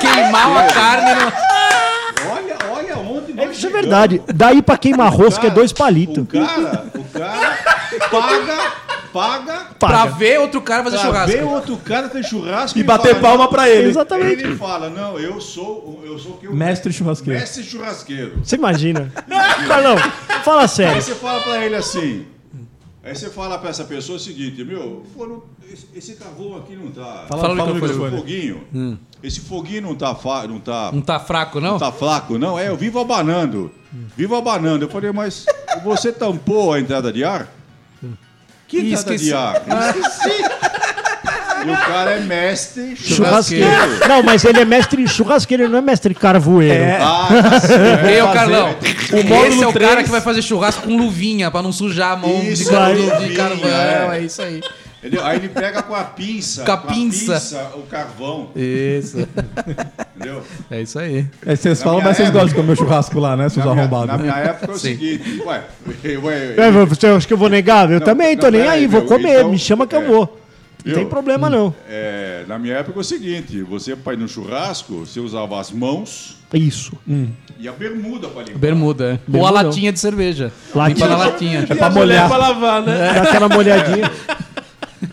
Speaker 3: Queimar a carne no.
Speaker 6: Olha, olha onde nós
Speaker 4: Isso é
Speaker 6: chegamos.
Speaker 4: verdade. Daí pra queimar rosca é dois palitos.
Speaker 6: O cara, o cara paga, paga
Speaker 3: Pra
Speaker 4: Paga.
Speaker 3: ver outro cara fazer
Speaker 6: pra
Speaker 3: churrasco.
Speaker 6: ver outro cara ter churrasco
Speaker 2: E bater
Speaker 6: fala,
Speaker 2: palma
Speaker 6: não,
Speaker 2: pra ele.
Speaker 4: Exatamente.
Speaker 6: Ele fala, não, eu sou, o- eu sou o que eu
Speaker 2: Mestre churrasqueiro.
Speaker 6: mestre churrasqueiro.
Speaker 4: Você imagina. Carlão, fala
Speaker 6: Aí
Speaker 4: sério.
Speaker 6: você fala pra ele assim. Aí você fala pra essa pessoa o seguinte, meu, foram- esse, esse carvão aqui não tá.
Speaker 3: Fala no
Speaker 6: esse
Speaker 3: microfone. Hum.
Speaker 6: foguinho. Esse foguinho não tá, fa- não tá
Speaker 3: Não tá fraco, não?
Speaker 6: Tá flaco, não? É, eu vivo abanando. Vivo abanando. Eu falei, mas você tampou a entrada de ar? Que
Speaker 3: Ih,
Speaker 6: entrada
Speaker 3: esqueci. Ah.
Speaker 6: de ar? Esqueci. e o cara é mestre
Speaker 4: Churrasqueiro. Não, mas ele é mestre churrasqueiro, ele não é mestre carvoeiro.
Speaker 2: É.
Speaker 6: Ah, tá certo.
Speaker 3: Ei, ô
Speaker 6: Fazer-
Speaker 3: Carlão, esse é
Speaker 5: módulo
Speaker 3: o cara
Speaker 5: três-
Speaker 3: que vai fazer churrasco com luvinha pra não sujar a mão
Speaker 6: Isso,
Speaker 3: de, car- de
Speaker 6: luvinha,
Speaker 3: carvão.
Speaker 6: é.
Speaker 3: É. isso aí.
Speaker 6: Entendeu? Aí ele pega com a pinça.
Speaker 3: Com a pinça.
Speaker 6: o carvão.
Speaker 3: Isso.
Speaker 6: Entendeu?
Speaker 3: É isso aí.
Speaker 2: É, vocês
Speaker 6: Na
Speaker 2: falam,
Speaker 6: minha
Speaker 2: mas vocês
Speaker 6: época-
Speaker 2: gostam de comer churrasco lá, né, seus
Speaker 6: Na minha, na
Speaker 2: arrombados?
Speaker 6: minha época é o
Speaker 3: Sim.
Speaker 6: seguinte. Ué, ué,
Speaker 4: É, você acha que eu vou negar? Eu
Speaker 6: Não,
Speaker 4: também tô
Speaker 6: não,
Speaker 4: nem
Speaker 6: peraí,
Speaker 2: é,
Speaker 4: aí, vou
Speaker 6: meu,
Speaker 4: comer,
Speaker 6: então-
Speaker 4: me chama que eu
Speaker 6: é.
Speaker 4: vou. Não
Speaker 6: Eu-
Speaker 4: tem problema não.
Speaker 2: Hum.
Speaker 6: é, na minha época é o seguinte: você para ir no churrasco, você usava as mãos
Speaker 4: Isso.
Speaker 6: e a bermuda pra limpar.
Speaker 3: Bermuda. é. Ou
Speaker 4: Bermudão.
Speaker 3: a latinha de cerveja.
Speaker 4: Latinha.
Speaker 3: Limpa na latinha.
Speaker 2: É
Speaker 5: Mulher
Speaker 2: pra molhar. É.
Speaker 5: pra lavar, né?
Speaker 4: Dá aquela molhadinha.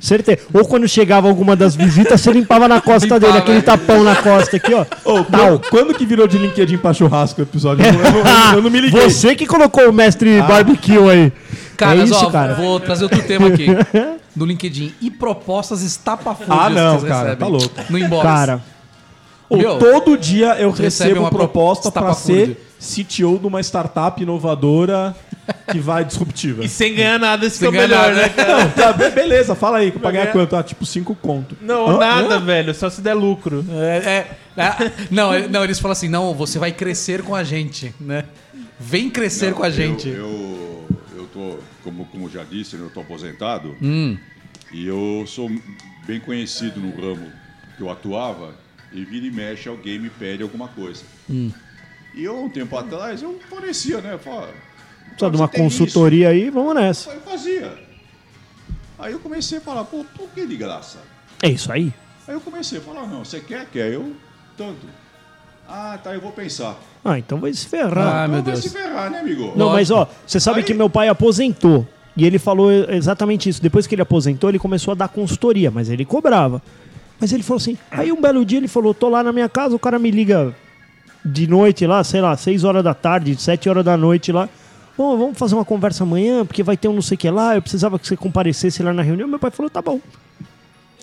Speaker 4: Certeza. Ou quando chegava alguma das visitas, você limpava na costa
Speaker 3: Limpava,
Speaker 4: dele, aquele
Speaker 3: é.
Speaker 4: tapão na costa aqui, ó.
Speaker 2: né? Ô,
Speaker 4: Tal.
Speaker 2: quando, quando que virou de LinkedIn pra churrasco o episódio? Eu, não- eu não- eu não me liguei. Ah.
Speaker 4: Você que colocou o mestre barbecue aí.
Speaker 3: Cara,
Speaker 4: é isso,
Speaker 3: ó,
Speaker 4: cara.
Speaker 3: vou trazer outro tema aqui. Do LinkedIn. E propostas estapafúrdias
Speaker 2: Ah, não,
Speaker 3: que vocês
Speaker 2: cara, tá louco.
Speaker 3: No inbox.
Speaker 4: Cara,
Speaker 2: Ô,
Speaker 3: Meu,
Speaker 2: todo dia eu
Speaker 3: recebe
Speaker 2: recebo
Speaker 3: uma
Speaker 2: proposta pra
Speaker 3: proposta
Speaker 2: ser CTO de uma startup inovadora que vai disruptiva.
Speaker 5: E sem ganhar nada, esse
Speaker 3: Sem
Speaker 5: que é o
Speaker 3: ganhar
Speaker 5: melhor,
Speaker 3: nada,
Speaker 5: né,
Speaker 3: né?
Speaker 5: cara?
Speaker 2: Não, tá, be- beleza, fala aí,
Speaker 3: é
Speaker 2: pra ganhar
Speaker 5: ganhar-
Speaker 2: quanto? Ah, tipo 5 conto.
Speaker 5: Não, nada, velho. Só se der lucro.
Speaker 3: É, é, é, não, é- não, eles falam assim, não, você vai crescer com a gente, né? Vem crescer
Speaker 6: Não,
Speaker 3: com a
Speaker 6: eu-
Speaker 3: gente.
Speaker 6: Eu, eu, tô tô, como, como já disse, né, eu estou aposentado.
Speaker 3: Hum.
Speaker 6: E eu sou bem conhecido no ramo que eu atuava. E vira e mexe, alguém me pede alguma coisa.
Speaker 3: Hum.
Speaker 6: E eu, um tempo atrás, eu parecia, né? Fala,
Speaker 4: Precisa de uma
Speaker 6: "Você tem isso?"
Speaker 4: consultoria aí, vamos nessa.
Speaker 6: Aí eu fazia. Aí eu comecei a falar, pô, por que de graça?
Speaker 4: É isso aí.
Speaker 6: Aí eu comecei a falar, não, você quer, quer, eu, tanto. Ah, tá, eu vou pensar.
Speaker 4: Ah, então vai se ferrar.
Speaker 3: Ah, meu
Speaker 6: Então vai
Speaker 3: Deus.
Speaker 6: se ferrar, né, amigo?
Speaker 4: Não,
Speaker 3: Lógico.
Speaker 4: mas ó, você sabe
Speaker 6: Aí-
Speaker 4: que meu pai aposentou. E ele falou exatamente isso. Depois que ele aposentou, ele começou a dar consultoria, mas ele cobrava. Mas ele falou assim. Aí um belo dia ele falou: tô lá na minha casa, o cara me liga de noite lá, sei lá, 6 horas da tarde, 7 horas da noite lá. Bom, vamos fazer uma conversa amanhã, porque vai ter um não sei o que lá, eu precisava que você comparecesse lá na reunião. Meu pai falou: tá bom.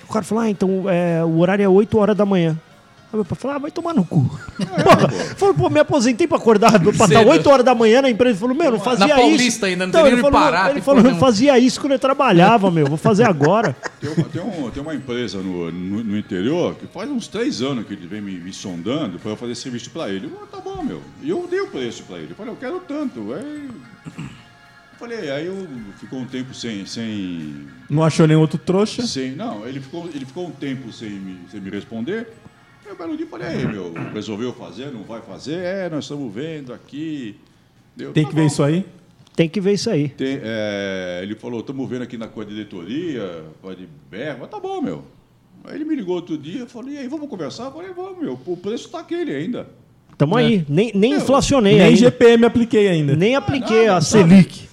Speaker 4: O cara falou: ah, então é, o horário é 8 horas da manhã. Aí meu pai falou: ah, vai tomar no cu. Porra, falou: pô, me aposentei pra acordar, pra estar
Speaker 3: É, Cedo.
Speaker 4: 8 horas da manhã na empresa. Ele falou: meu, não fazia isso. Então,
Speaker 3: Paulista ainda, não tem
Speaker 4: ele
Speaker 3: nem
Speaker 4: falou,
Speaker 3: parar,
Speaker 4: Ele
Speaker 3: tem
Speaker 4: falou:
Speaker 3: porra
Speaker 4: eu
Speaker 3: nenhuma.
Speaker 4: fazia isso quando eu trabalhava, meu, vou fazer agora.
Speaker 6: Tem uma, tem um- tem uma empresa no, no- no interior que faz uns três anos que ele vem me, me sondando para eu fazer serviço para ele. Eu, ah, tá bom, meu. E eu dei o preço para ele. Eu falei, eu quero tanto. Aí, eu falei, aí eu ficou um tempo sem, sem,
Speaker 2: Não achou nenhum outro trouxa?
Speaker 6: sem- não, ele ficou, ele ficou um tempo sem me, sem me responder. Aí o belo dia eu falei, aí, meu, resolveu fazer, não vai fazer? É, nós estamos vendo aqui. Eu,
Speaker 2: Tem
Speaker 6: "Tá
Speaker 2: que ver
Speaker 6: bom."
Speaker 2: isso aí?
Speaker 4: Tem que ver isso aí.
Speaker 6: Tem, é, ele falou, estamos vendo aqui na com a diretoria, com a de berma, tá bom, meu. Aí ele me ligou outro dia, falou, e aí, vamos conversar? Eu falei, vamos, meu, o preço tá aquele ainda.
Speaker 4: Tamo
Speaker 3: É.
Speaker 4: aí. Nem, nem
Speaker 6: Meu,
Speaker 4: inflacionei
Speaker 2: Nem
Speaker 4: ainda.
Speaker 2: GPM apliquei ainda.
Speaker 4: Nem apliquei
Speaker 6: nada,
Speaker 4: a
Speaker 6: sabe?
Speaker 4: Selic.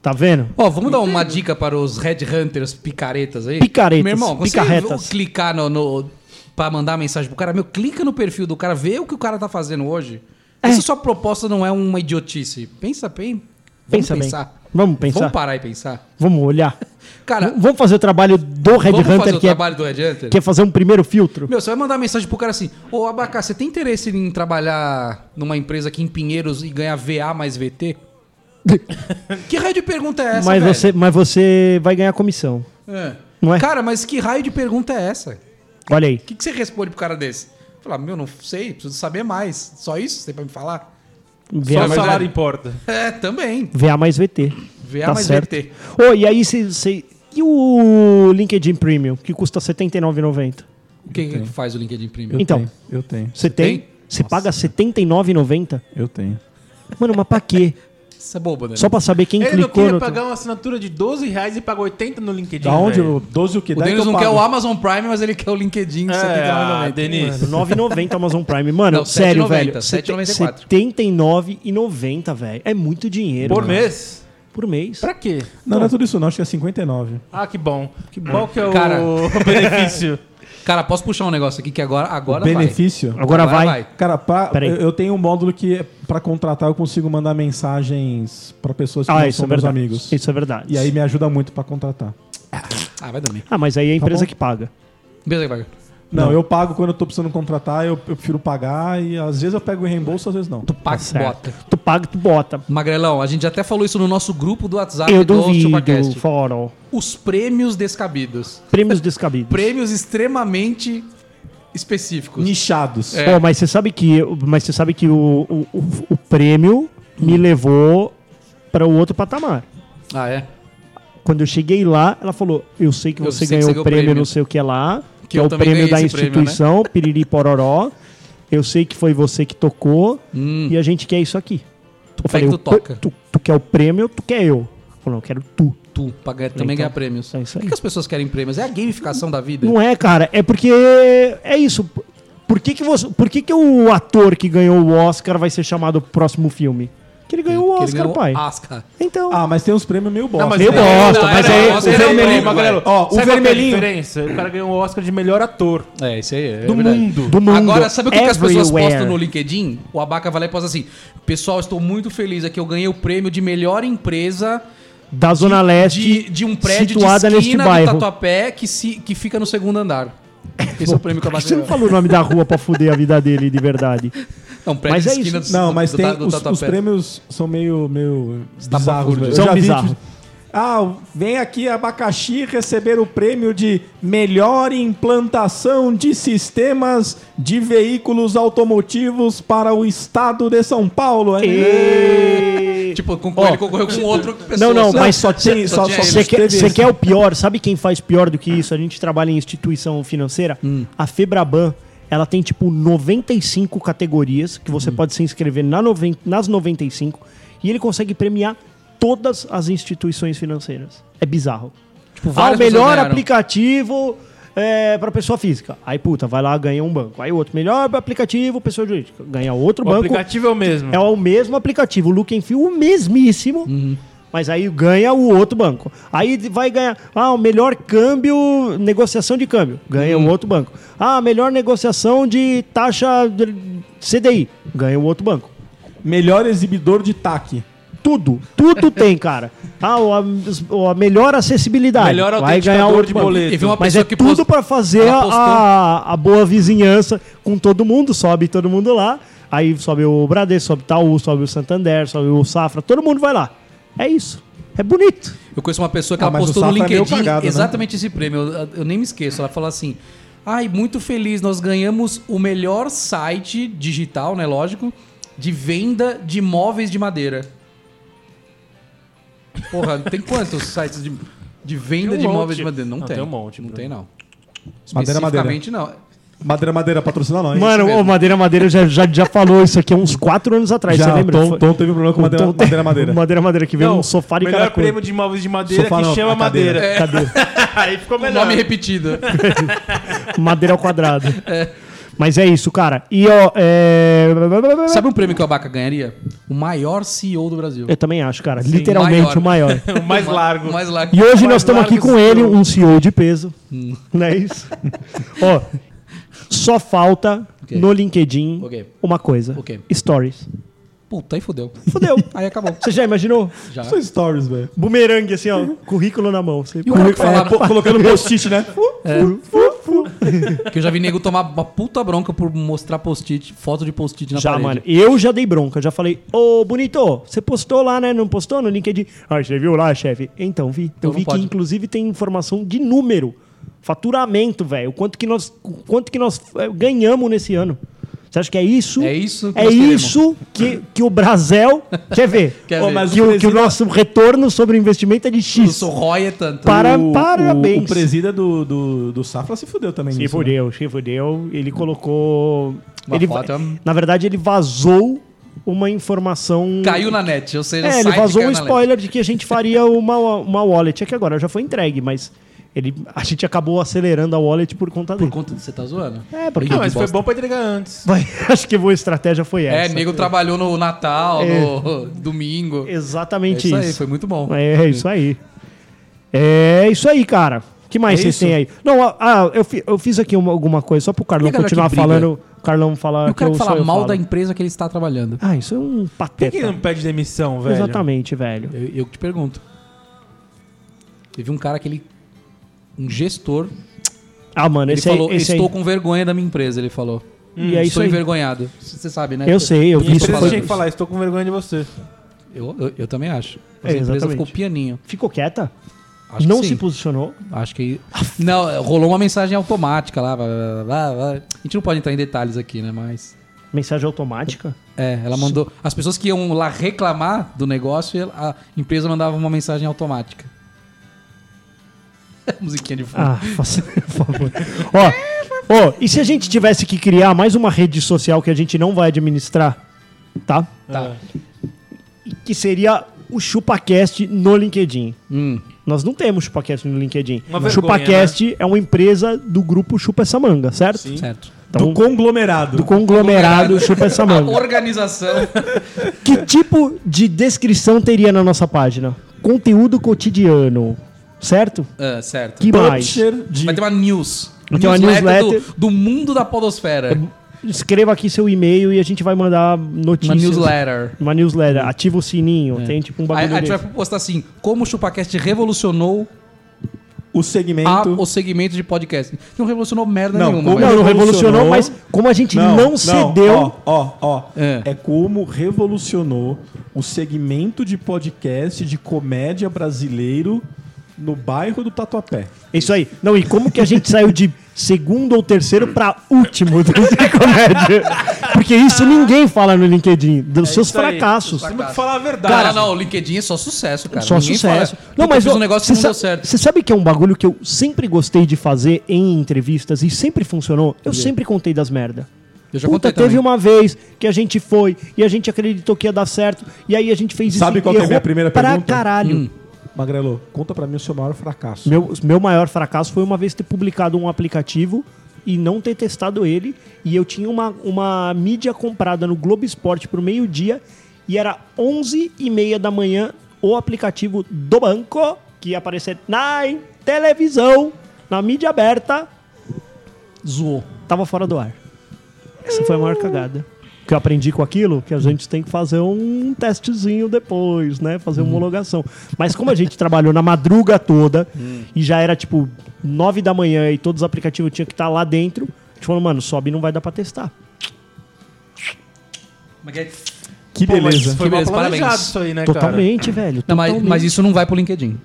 Speaker 4: Tá vendo?
Speaker 3: Ó, vamos dar uma dica para os Red Hunters picaretas aí.
Speaker 4: Picaretas,
Speaker 3: Meu irmão, quando
Speaker 4: picarretas.
Speaker 3: você clicar no, no para mandar mensagem pro cara, meu, clica no perfil do cara, vê o que o cara tá fazendo hoje.
Speaker 4: É.
Speaker 3: Essa sua proposta não é uma idiotice. Pensa bem. Vamos
Speaker 4: Pensa bem. Vamos pensar.
Speaker 3: Vamos parar e pensar.
Speaker 4: Vamos olhar.
Speaker 3: Cara,
Speaker 4: Vamos fazer o trabalho do Red
Speaker 3: vamos fazer
Speaker 4: Hunter,
Speaker 3: o
Speaker 4: que é,
Speaker 3: trabalho do Red Hunter?
Speaker 4: que é fazer um primeiro filtro.
Speaker 3: Meu, você vai mandar mensagem pro cara assim: Ô, Abacá, você tem interesse em trabalhar numa empresa aqui em Pinheiros e ganhar VA mais VT? que raio de pergunta é essa?
Speaker 4: mas,
Speaker 3: velho?
Speaker 4: você, mas você vai ganhar comissão.
Speaker 3: É.
Speaker 4: Não é?
Speaker 3: Cara, mas que raio de pergunta é essa?
Speaker 4: Olha aí.
Speaker 3: O que, que você responde pro cara desse? Falar, meu, não sei, preciso saber mais. Só isso? Você tem pra me falar?
Speaker 5: Só o
Speaker 4: VA,
Speaker 3: verdade.
Speaker 5: salário importa.
Speaker 3: É, também.
Speaker 4: VA mais VT.
Speaker 3: VA mais VT.
Speaker 4: Ô, e aí você- você. E o LinkedIn Premium, que custa R$ 79,90?
Speaker 3: O que, que faz o LinkedIn Premium?
Speaker 2: Eu
Speaker 4: Então.
Speaker 2: tenho, eu tenho,
Speaker 4: Você tem?
Speaker 3: tem?
Speaker 4: Você paga R$ 79,90?
Speaker 2: eu tenho.
Speaker 4: Mano, mas pra quê?
Speaker 3: Isso é bobo, né?
Speaker 4: Só pra saber quem
Speaker 5: Ele não
Speaker 4: clicou
Speaker 5: queria
Speaker 4: no.
Speaker 5: pagar uma assinatura de 12 reais e pagou 80 no LinkedIn.
Speaker 2: Da onde?
Speaker 5: velho.
Speaker 2: Eu, 12 o quê?
Speaker 3: O Denis não quer o Amazon Prime, mas ele quer o LinkedIn. de
Speaker 5: É,
Speaker 3: 79,90.
Speaker 5: ah, Denis.
Speaker 4: um Mano, 9,90 Amazon Prime. Mano,
Speaker 3: Não,
Speaker 4: sério,
Speaker 3: 7,90,
Speaker 4: velho.
Speaker 3: 7,94.
Speaker 4: 79,90, velho. É muito dinheiro.
Speaker 5: Por
Speaker 4: mano.
Speaker 5: mês?
Speaker 4: Por mês.
Speaker 5: Pra quê?
Speaker 2: Não, não é tudo isso não, acho que é 59.
Speaker 5: Ah, que bom. Qual que é o
Speaker 3: Cara.
Speaker 5: benefício?
Speaker 3: Cara, posso puxar um negócio aqui que agora, agora vai.
Speaker 2: Benefício?
Speaker 4: Agora, vai.
Speaker 2: Cara, pra,
Speaker 4: Peraí.
Speaker 2: eu eu tenho um módulo que para contratar eu consigo mandar mensagens para pessoas que
Speaker 4: Ah,
Speaker 2: não
Speaker 4: isso
Speaker 2: são
Speaker 4: é
Speaker 2: meus
Speaker 4: verdade.
Speaker 2: amigos.
Speaker 4: Isso é verdade.
Speaker 2: E aí me ajuda muito para contratar.
Speaker 3: Ah, vai dormir.
Speaker 4: Ah, mas aí é a empresa
Speaker 2: Tá bom.
Speaker 4: que paga.
Speaker 3: Beleza, vai.
Speaker 2: Não, eu pago quando eu tô precisando contratar, eu, eu prefiro pagar e às vezes eu pego em reembolso, às vezes não.
Speaker 3: Tu paga, e
Speaker 4: Tá Certo.
Speaker 3: bota.
Speaker 4: Tu paga, tu bota.
Speaker 3: Magrelão, a gente até falou isso no nosso grupo do WhatsApp
Speaker 4: Eu
Speaker 3: do
Speaker 4: duvido,
Speaker 3: ChupaCast.
Speaker 4: fórum.
Speaker 3: Os prêmios descabidos.
Speaker 4: Prêmios descabidos.
Speaker 3: Prêmios extremamente específicos.
Speaker 2: Nichados.
Speaker 3: É.
Speaker 4: Pô, mas você sabe que, mas você sabe que o, o, o- o prêmio me levou para o outro patamar.
Speaker 3: Ah, é?
Speaker 4: Quando eu cheguei lá, ela falou: Eu sei que
Speaker 3: Eu
Speaker 4: você
Speaker 3: sei que
Speaker 4: ganhou
Speaker 3: você
Speaker 4: o
Speaker 3: ganhou
Speaker 4: prêmio,
Speaker 3: prêmio.
Speaker 4: não sei o que lá, que,
Speaker 3: Que
Speaker 4: é
Speaker 3: eu
Speaker 4: o
Speaker 3: também
Speaker 4: prêmio
Speaker 3: ganhei
Speaker 4: da
Speaker 3: esse prêmio, né?
Speaker 4: instituição, Piriri Pororó. Eu sei que foi você que tocou e a gente quer isso aqui. Tu eu
Speaker 3: pega e Hum. tu
Speaker 4: "Pô,
Speaker 3: toca."
Speaker 4: Tu, tu quer o prêmio ou tu quer eu? Ela falou: Eu quero tu.
Speaker 3: Tu, pra ganhar- também
Speaker 4: Então,
Speaker 3: ganhar prêmios.
Speaker 4: é isso
Speaker 3: Por
Speaker 4: aí.
Speaker 3: que, que as pessoas querem prêmios? É a gamificação da vida?
Speaker 4: Não é, cara, é porque é isso. Por que, que, você, por que, que o ator que ganhou o Oscar vai ser chamado pro próximo filme? Que ele ganhou o
Speaker 3: Que ele
Speaker 4: Oscar,
Speaker 3: ganhou
Speaker 4: pai.
Speaker 3: Asca.
Speaker 4: Então.
Speaker 2: Ah, mas tem uns prêmios meio bosta.
Speaker 5: peraí,
Speaker 4: eu gosto,
Speaker 5: não, é,
Speaker 4: mas
Speaker 5: peraí,
Speaker 4: aí
Speaker 5: não,
Speaker 4: o
Speaker 5: peraí,
Speaker 4: vermelhinho-
Speaker 5: Magrelo.
Speaker 2: Ó, o
Speaker 5: Sabe qual que é a
Speaker 2: vermelhinho-
Speaker 5: diferença? O cara ganhou o Oscar de melhor ator.
Speaker 3: É, isso aí. É
Speaker 5: Do
Speaker 3: verdade.
Speaker 5: mundo.
Speaker 4: Do mundo.
Speaker 3: Agora, sabe o que, que as pessoas
Speaker 4: everywhere.
Speaker 3: postam no LinkedIn? O Abaca vai lá e posta assim: Pessoal, estou muito feliz aqui. Eu ganhei o prêmio de melhor empresa
Speaker 4: Da Zona Leste.
Speaker 3: de, de um prédio
Speaker 4: É situada
Speaker 3: de
Speaker 4: neste
Speaker 3: esquina do
Speaker 4: bairro.
Speaker 3: Tatuapé que, se, que fica no segundo andar. Esse é o prêmio que eu
Speaker 4: Por que Você não
Speaker 3: ganhou.
Speaker 4: falou o nome da rua pra fuder a vida dele de verdade.
Speaker 3: É um prédio
Speaker 4: Mas é
Speaker 3: de esquina
Speaker 4: isso.
Speaker 3: do
Speaker 2: Não, mas
Speaker 3: do-
Speaker 2: tem.
Speaker 3: do
Speaker 2: os, os
Speaker 3: Tatuapé. tá
Speaker 2: prêmios são meio. meio bizarros.
Speaker 3: Estapafúrdios.
Speaker 2: velho. Eu
Speaker 4: São
Speaker 2: já vi
Speaker 4: bizarros.
Speaker 2: de- Ah, vem aqui abacaxi receber o prêmio de melhor implantação de sistemas de né? veículos automotivos para o estado de São Paulo. É,
Speaker 4: E...
Speaker 3: Tipo, concor- ele concorreu com outro pessoa.
Speaker 4: Não, não,
Speaker 3: só.
Speaker 4: mas só
Speaker 2: tem-
Speaker 3: né? só tinha
Speaker 4: Você
Speaker 2: ele.
Speaker 4: quer,
Speaker 2: Teve
Speaker 4: você
Speaker 2: esse.
Speaker 4: quer o pior? Sabe quem faz pior do que isso? A gente trabalha em instituição financeira.
Speaker 3: Hum.
Speaker 4: A Febraban, ela tem tipo 95 categorias que
Speaker 3: Hum.
Speaker 4: você pode se inscrever na noven- nas 95 e ele consegue premiar todas as instituições financeiras. É bizarro. Tipo, ah, o
Speaker 3: várias pessoas
Speaker 4: melhor
Speaker 3: ganharam.
Speaker 4: aplicativo é, para pessoa física. Aí, puta, vai lá, ganha um banco. Aí, outro melhor aplicativo, pessoa jurídica. Ganha outro
Speaker 5: O
Speaker 4: banco.
Speaker 5: aplicativo é o mesmo.
Speaker 4: É o mesmo aplicativo, o Look and Feel, o mesmíssimo.
Speaker 5: Uhum.
Speaker 4: Mas aí ganha o outro banco. Aí vai ganhar. Ah, o melhor câmbio, negociação de câmbio.
Speaker 5: Uhum.
Speaker 4: Ganha um outro banco. Ah, melhor negociação de taxa de CDI. Ganha um outro banco.
Speaker 2: Melhor exibidor de TAC.
Speaker 4: Tudo, tudo tem, cara. Ah, o- a, o- a melhor acessibilidade.
Speaker 5: Melhor
Speaker 4: vai ganhar um
Speaker 5: autenticador
Speaker 4: outro
Speaker 5: de
Speaker 4: banco.
Speaker 5: boleto.
Speaker 3: Teve uma
Speaker 4: Mas
Speaker 3: pessoa
Speaker 4: é
Speaker 3: que
Speaker 4: tudo
Speaker 3: post-
Speaker 4: pra fazer
Speaker 3: ela postou-
Speaker 4: a, a boa vizinhança com todo mundo, sobe todo mundo lá. Aí sobe o Bradesco, sobe o Itaú, sobe o Santander, sobe o Safra, todo mundo vai lá. É isso. É bonito.
Speaker 3: Eu conheço uma pessoa que
Speaker 2: Ah,
Speaker 3: ela
Speaker 2: mas o
Speaker 3: postou no
Speaker 2: Safra é meio
Speaker 3: LinkedIn
Speaker 2: cagado, né?
Speaker 3: exatamente esse prêmio. Eu, eu nem me esqueço. Ela falou assim: Ai, muito feliz, nós ganhamos o melhor site digital, né? Lógico, de venda de móveis de madeira. Porra, tem quantos sites de, de venda
Speaker 5: Tem um
Speaker 3: de
Speaker 5: monte.
Speaker 3: móveis de madeira? Não,
Speaker 5: Não,
Speaker 3: tem.
Speaker 5: tem um monte,
Speaker 3: Não
Speaker 5: Bruno.
Speaker 3: tem, não.
Speaker 2: Madeira, madeira.
Speaker 3: Especificamente, não.
Speaker 2: Madeira Madeira, patrocina nós.
Speaker 4: Mano,
Speaker 3: mesmo.
Speaker 4: o Madeira Madeira já, já, já falou isso aqui há uns quatro anos atrás,
Speaker 2: Já,
Speaker 4: você lembra?
Speaker 2: Tom-
Speaker 4: Foi-
Speaker 2: Tom teve um problema com
Speaker 4: O
Speaker 2: Madeira-
Speaker 4: Tom teve-
Speaker 2: Madeira Madeira.
Speaker 4: Madeira Madeira, que veio
Speaker 5: Não,
Speaker 4: um sofá de
Speaker 5: melhor
Speaker 4: caracol.
Speaker 5: prêmio de imóveis de madeira
Speaker 2: Sofá
Speaker 5: que
Speaker 2: não,
Speaker 5: chama
Speaker 2: a cadeira.
Speaker 5: madeira. é
Speaker 4: Cadê?
Speaker 2: É,
Speaker 5: Aí ficou melhor.
Speaker 3: Nome repetido.
Speaker 4: Madeira ao quadrado. Mas é isso, cara. E ó, é...
Speaker 3: Sabe um prêmio que o Abaca ganharia? O maior CEO do Brasil.
Speaker 2: É
Speaker 4: eu também acho, cara. Literalmente o maior.
Speaker 5: o mais largo.
Speaker 3: O mais largo.
Speaker 4: E hoje
Speaker 5: Mais
Speaker 4: nós estamos aqui
Speaker 5: largos
Speaker 4: com
Speaker 5: que
Speaker 4: ele,
Speaker 5: eu.
Speaker 4: um CEO de peso.
Speaker 3: Hum.
Speaker 4: Não é isso? Ó, só falta
Speaker 3: Ok.
Speaker 4: no LinkedIn
Speaker 3: Ok.
Speaker 4: uma coisa:
Speaker 3: Ok.
Speaker 4: stories.
Speaker 3: Puta, aí fodeu.
Speaker 4: Fudeu.
Speaker 3: Aí acabou.
Speaker 4: Você já imaginou?
Speaker 3: Já.
Speaker 2: Só stories, velho.
Speaker 4: Bumerangue, assim, ó, currículo na mão. É. Você...
Speaker 3: E o cara que
Speaker 2: É,
Speaker 3: falava,
Speaker 2: pô, colocando post-it, né?
Speaker 3: Que eu já vi nego tomar uma puta bronca por mostrar post-it, foto de post-it na
Speaker 4: Já,
Speaker 3: parede.
Speaker 4: mano. Eu já dei bronca. Já falei, ô, bonito, você postou lá, né? Não postou no LinkedIn? Ah, você viu lá, chefe? Então, vi.
Speaker 3: Então
Speaker 4: eu
Speaker 3: não
Speaker 4: vi
Speaker 3: pode.
Speaker 4: que, inclusive, tem informação de número. Faturamento, velho. Quanto que nós, quanto que nós eh, ganhamos nesse ano. Você acha que é isso?
Speaker 3: É isso que
Speaker 4: É
Speaker 3: nós queremos.
Speaker 4: isso que, que o Brasil quer ver.
Speaker 3: Quer
Speaker 4: Ô,
Speaker 3: ver.
Speaker 4: mas que, o, que o nosso retorno sobre o investimento é de
Speaker 3: O
Speaker 4: X.
Speaker 3: sorrói é tanto.
Speaker 4: Para,
Speaker 2: O-
Speaker 4: parabéns.
Speaker 2: O, o presida do, do, do Safra se fudeu também.
Speaker 4: Se
Speaker 2: nisso, né?
Speaker 4: fudeu, se fudeu. Ele colocou.
Speaker 3: Uma
Speaker 4: ele,
Speaker 3: foto, é um-
Speaker 4: Na verdade, ele vazou uma informação.
Speaker 3: Caiu na net, ou seja, o
Speaker 4: É, ele
Speaker 3: site
Speaker 4: vazou
Speaker 3: caiu
Speaker 4: um
Speaker 3: na net.
Speaker 4: spoiler de que a gente faria uma, uma wallet. É que agora já foi entregue, mas ele, a gente acabou acelerando a wallet por conta
Speaker 3: Por
Speaker 4: dele.
Speaker 3: conta de você tá zoando?
Speaker 4: É, porque.
Speaker 5: Não, mas foi
Speaker 3: bosta.
Speaker 5: bom pra entregar antes.
Speaker 4: Vai- acho que a boa estratégia foi
Speaker 3: É,
Speaker 4: essa. né?
Speaker 3: nego trabalhou no Natal,
Speaker 4: É.
Speaker 3: no domingo. É
Speaker 4: Exatamente
Speaker 3: isso
Speaker 4: isso.
Speaker 3: aí, foi muito bom.
Speaker 4: É, é isso aí. É isso aí, cara. que mais
Speaker 5: É
Speaker 4: vocês
Speaker 5: isso?
Speaker 4: têm aí? Não, ah, ah, eu, fi- eu fiz aqui uma- alguma coisa só pro Carlão
Speaker 3: E a galera que
Speaker 4: continuar
Speaker 3: briga?
Speaker 4: falando. O Carlão falar
Speaker 3: Eu quero
Speaker 4: só
Speaker 3: falar
Speaker 4: eu
Speaker 3: mal
Speaker 4: falo.
Speaker 3: da empresa que ele está trabalhando.
Speaker 4: Ah, isso é um
Speaker 5: Por que, ele
Speaker 4: pateta.
Speaker 5: não pede demissão, velho?
Speaker 4: Exatamente, velho.
Speaker 3: Eu, eu que te pergunto. Teve um cara que ele... Um gestor,
Speaker 4: Ah, mano,
Speaker 3: ele
Speaker 4: esse
Speaker 3: falou,
Speaker 4: aí, esse aí.
Speaker 3: estou com vergonha da minha empresa, ele falou.
Speaker 4: E é isso
Speaker 3: estou
Speaker 4: aí.
Speaker 3: envergonhado. Você sabe, né?
Speaker 4: Eu sei, eu
Speaker 5: E a
Speaker 4: vi isso.
Speaker 5: empresa
Speaker 4: falando
Speaker 5: tinha que
Speaker 4: isso.
Speaker 5: falar, estou com vergonha de você.
Speaker 3: Eu, eu, eu também
Speaker 4: É,
Speaker 3: acho. Mas a empresa
Speaker 4: exatamente.
Speaker 3: ficou pianinho.
Speaker 4: Ficou quieta?
Speaker 3: Acho
Speaker 4: não
Speaker 3: que
Speaker 4: se Ah,
Speaker 3: sim.
Speaker 4: posicionou.
Speaker 3: Acho que. Não, rolou uma mensagem automática lá. blá, blá, blá, blá. A gente não pode entrar em detalhes aqui, né? Mas.
Speaker 4: Mensagem automática.
Speaker 3: É, ela mandou. As pessoas que iam lá reclamar do negócio, ela- a empresa mandava uma mensagem automática. Musiquinha de fundo.
Speaker 4: Ah, faça, por favor. Ó, ó, e se a gente tivesse que criar mais uma rede social que a gente não vai administrar, tá?
Speaker 3: Tá.
Speaker 4: E Que seria o ChupaCast no LinkedIn.
Speaker 3: Hum.
Speaker 4: Nós não temos ChupaCast no LinkedIn.
Speaker 5: Uma
Speaker 4: o
Speaker 5: vergonha, né?
Speaker 4: ChupaCast é uma empresa do grupo Chupa Essa Manga, certo?
Speaker 3: Certo.
Speaker 4: Então,
Speaker 2: Do conglomerado.
Speaker 4: do conglomerado Chupa Essa
Speaker 3: A
Speaker 4: Manga.
Speaker 3: organização.
Speaker 4: Que tipo de descrição teria na nossa página? Conteúdo cotidiano, certo?
Speaker 3: Ah, certo.
Speaker 4: Que mais?
Speaker 2: Publisher de
Speaker 3: Vai ter uma news.
Speaker 4: Vai ter uma newsletter. É,
Speaker 3: do, do mundo da podosfera.
Speaker 4: Escreva aqui seu e-mail e a gente vai mandar
Speaker 3: Uma
Speaker 4: notícias.
Speaker 3: newsletter.
Speaker 4: Uma newsletter. Ativa o sininho. Tem tipo um
Speaker 3: Aí
Speaker 4: bagulho
Speaker 3: a gente
Speaker 4: desse.
Speaker 3: vai postar assim: como o ChupaCast revolucionou
Speaker 2: o
Speaker 3: a-
Speaker 2: segmento.
Speaker 3: o segmento de podcast. Não revolucionou merda
Speaker 2: Não,
Speaker 3: nenhuma. é
Speaker 2: como-
Speaker 4: Não, não
Speaker 2: revolucionou,
Speaker 4: revolucionou, mas como a gente não, cedeu...
Speaker 2: Ó, ó, ó.
Speaker 3: É.
Speaker 2: É. como revolucionou o segmento de podcast de comédia brasileiro no bairro do Tatuapé.
Speaker 4: Isso aí. Não, e como que a gente saiu de segundo ou terceiro pra último do de comédia? Porque isso ninguém fala no LinkedIn, dos seus
Speaker 5: isso aí,
Speaker 4: fracassos.
Speaker 5: Temos que falar a verdade.
Speaker 3: Cara, não, não, o LinkedIn é só sucesso, cara.
Speaker 4: Só
Speaker 3: Ninguém
Speaker 4: sucesso.
Speaker 3: Fala, não, mas eu fiz um negócio que não
Speaker 4: cê
Speaker 3: deu
Speaker 4: sa-
Speaker 3: certo.
Speaker 4: Você sabe que é um bagulho que eu sempre gostei de fazer em entrevistas e sempre funcionou? Eu sempre contei das merda.
Speaker 3: Eu já
Speaker 4: Puta,
Speaker 3: contei
Speaker 4: teve
Speaker 3: também.
Speaker 4: uma vez que a gente foi e a gente acreditou que ia dar certo e aí a gente fez isso.
Speaker 2: Sabe
Speaker 4: e
Speaker 2: qual que é a
Speaker 4: errou
Speaker 2: minha primeira
Speaker 4: pra
Speaker 2: pergunta?
Speaker 4: caralho.
Speaker 3: Hum.
Speaker 2: Magrelo, conta pra mim o seu maior fracasso.
Speaker 4: Meu, meu maior fracasso foi uma vez ter publicado um aplicativo e não ter testado ele. E eu tinha uma, uma mídia comprada no Globo Esporte pro meio-dia e era 11 e meia da manhã o aplicativo do banco que ia aparecer na em- televisão, na mídia aberta, zoou. Tava fora do ar. Essa foi a maior cagada. Que eu aprendi com aquilo, que a gente tem que fazer um testezinho depois, né? Fazer uma homologação. Mas como a gente trabalhou na madruga toda e já era tipo 9 da manhã e todos os aplicativos tinham que estar lá dentro, a gente falou, mano, sobe não vai dar pra testar.
Speaker 3: é
Speaker 2: Que
Speaker 5: Pô, mas Foi
Speaker 2: beleza.
Speaker 3: Que
Speaker 5: mal
Speaker 3: beleza,
Speaker 5: planejado
Speaker 3: parabéns.
Speaker 5: isso aí, né, cara?
Speaker 4: totalmente, velho.
Speaker 3: Não, mas,
Speaker 4: totalmente.
Speaker 3: mas isso não vai pro LinkedIn.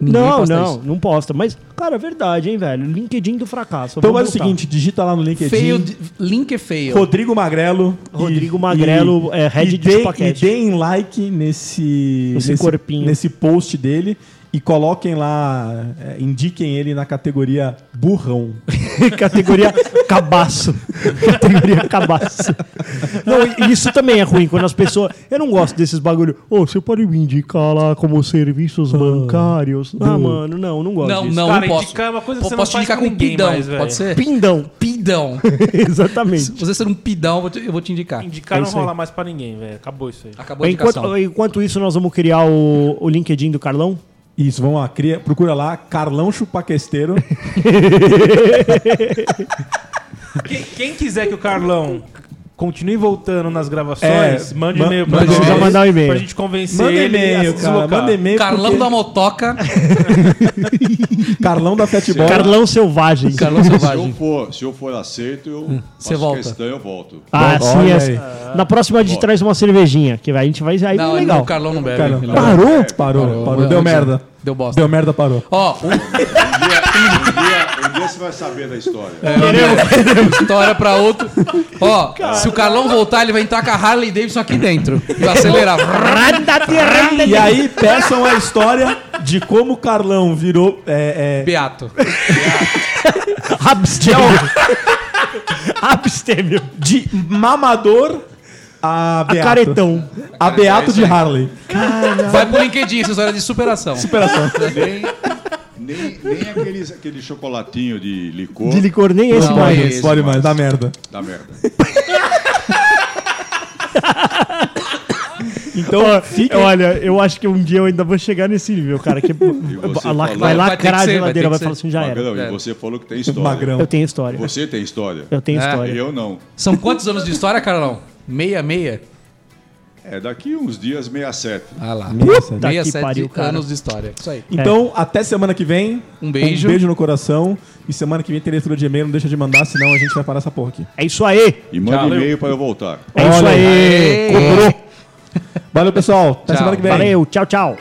Speaker 3: Ninguém
Speaker 4: não,
Speaker 3: posta
Speaker 4: não,
Speaker 3: isso.
Speaker 4: não posta. Mas, cara, é verdade, hein, velho? LinkedIn do fracasso.
Speaker 2: Então
Speaker 4: Vamos
Speaker 2: faz o
Speaker 4: voltar.
Speaker 2: seguinte, digita lá no LinkedIn.
Speaker 3: Fail, de- link é fail.
Speaker 2: Rodrigo Magrelo.
Speaker 4: Rodrigo Magrelo, é, head
Speaker 2: e
Speaker 4: de
Speaker 2: deem, e
Speaker 4: paquete.
Speaker 2: deem like nesse,
Speaker 4: Nesse corpinho.
Speaker 2: nesse post dele e coloquem lá, é, indiquem ele na categoria burrão.
Speaker 4: Categoria cabaço. Categoria cabaço. Não, e isso também é ruim, quando as pessoas. Eu não gosto desses bagulho. Ô, você pode me indicar lá como serviços bancários? Ah, mano, não, não gosto.
Speaker 3: Não,
Speaker 4: disso.
Speaker 3: não,
Speaker 5: Cara,
Speaker 3: não posso.
Speaker 5: indicar é uma coisa que
Speaker 3: Po-
Speaker 5: você não
Speaker 3: posso te
Speaker 5: faz
Speaker 3: indicar
Speaker 5: com
Speaker 3: com um
Speaker 5: ninguém
Speaker 3: pidão,
Speaker 5: mais, velho.
Speaker 3: pode ser?
Speaker 4: Pindão.
Speaker 3: Pidão. Se
Speaker 4: Exatamente.
Speaker 3: você ser um pidão, eu vou te- eu vou te indicar.
Speaker 5: Indicar
Speaker 4: É
Speaker 5: não
Speaker 4: isso aí.
Speaker 5: rola mais pra ninguém, velho. Acabou isso aí.
Speaker 3: Acabou a é indicação.
Speaker 4: Enquanto, enquanto isso, nós vamos criar o, o LinkedIn do Carlão.
Speaker 2: Isso, vamos lá, cria, procura lá, Carlão Chupaquesteiro.
Speaker 5: Quem, quem quiser que o Carlão continue voltando nas gravações,
Speaker 2: É,
Speaker 5: mande
Speaker 2: ma-
Speaker 5: e-mail pra
Speaker 2: manda
Speaker 5: nós.
Speaker 4: e-mail. Mandar um e-mail.
Speaker 5: Pra gente convencer
Speaker 2: manda
Speaker 5: ele é a se
Speaker 2: e-mail, cara,
Speaker 5: deslocar.
Speaker 2: manda e-mail.
Speaker 3: Carlão
Speaker 2: porque-
Speaker 3: da Motoca.
Speaker 2: Carlão da Fatball.
Speaker 4: Carlão Selvagem.
Speaker 3: Carlão
Speaker 6: Se eu
Speaker 3: Selvagem.
Speaker 6: for, se eu for aceito, eu
Speaker 3: Hum, Você
Speaker 6: faço
Speaker 3: volta.
Speaker 6: questão, eu volto.
Speaker 4: Ah,
Speaker 2: Olha
Speaker 4: sim.
Speaker 2: aí.
Speaker 4: É. Na próxima a gente traz uma cervejinha, que a gente vai. Aí é
Speaker 3: Não, ele-
Speaker 4: legal.
Speaker 3: o Carlão não bebe.
Speaker 2: Carlão.
Speaker 3: ele não bebe.
Speaker 4: Parou?
Speaker 2: Parou, parou, parou. Deu merda.
Speaker 3: Deu é, bosta.
Speaker 2: Deu merda, parou.
Speaker 3: Ó,
Speaker 6: Um dia, um dia- um dia você vai saber da história.
Speaker 3: um- história pra outro. Ó, se o Carlão voltar, ele vai entrar com a Harley Davidson aqui dentro. E vai acelerar.
Speaker 2: E aí peçam a história de como o Carlão virou. É, é,
Speaker 3: Beato.
Speaker 4: Abstêmio. Abstêmio.
Speaker 2: de mamador a
Speaker 4: A
Speaker 2: Beato.
Speaker 4: caretão.
Speaker 2: A Beato de Harley.
Speaker 3: Vai pro LinkedIn, essa história é de superação.
Speaker 2: Superação.
Speaker 6: Nem, nem, nem aqueles, aquele chocolatinho de licor
Speaker 4: De licor, nem esse
Speaker 3: Não,
Speaker 4: mais.
Speaker 3: é
Speaker 2: Pode mais, dá merda.
Speaker 6: da merda.
Speaker 4: Então, olha, eu acho que um dia eu ainda vou chegar nesse nível, cara. Que
Speaker 6: você
Speaker 4: lá- vai
Speaker 6: falou-
Speaker 3: Vai ter que
Speaker 4: lacrar a
Speaker 3: ser, vai
Speaker 4: geladeira,
Speaker 3: ter
Speaker 4: vai
Speaker 3: que
Speaker 4: falar
Speaker 3: ser.
Speaker 4: assim, já era.
Speaker 6: Magrão, e você falou que tem história.
Speaker 2: Magrão.
Speaker 4: Eu tenho história.
Speaker 6: Você tem história.
Speaker 4: Eu tenho história.
Speaker 6: Eu não.
Speaker 3: São quantos anos de história, Carlão? Meia, meia?
Speaker 6: É daqui uns dias 67.
Speaker 3: Ah lá.
Speaker 2: Nossa.
Speaker 4: Puta
Speaker 3: Meia,
Speaker 4: que
Speaker 3: sete
Speaker 4: pariu, cara.
Speaker 3: anos de história. Isso aí.
Speaker 2: Então, até semana que vem.
Speaker 3: Um beijo.
Speaker 2: Um beijo no coração. E semana que vem tem leitura de e-mail. Não deixa de mandar, senão a gente vai parar essa porra aqui.
Speaker 4: É isso aí.
Speaker 6: E manda e-mail para eu voltar.
Speaker 4: É isso aí.
Speaker 3: Aê!
Speaker 2: Valeu, pessoal. Até
Speaker 3: Tchau.
Speaker 2: semana que vem.
Speaker 4: Valeu, tchau, tchau.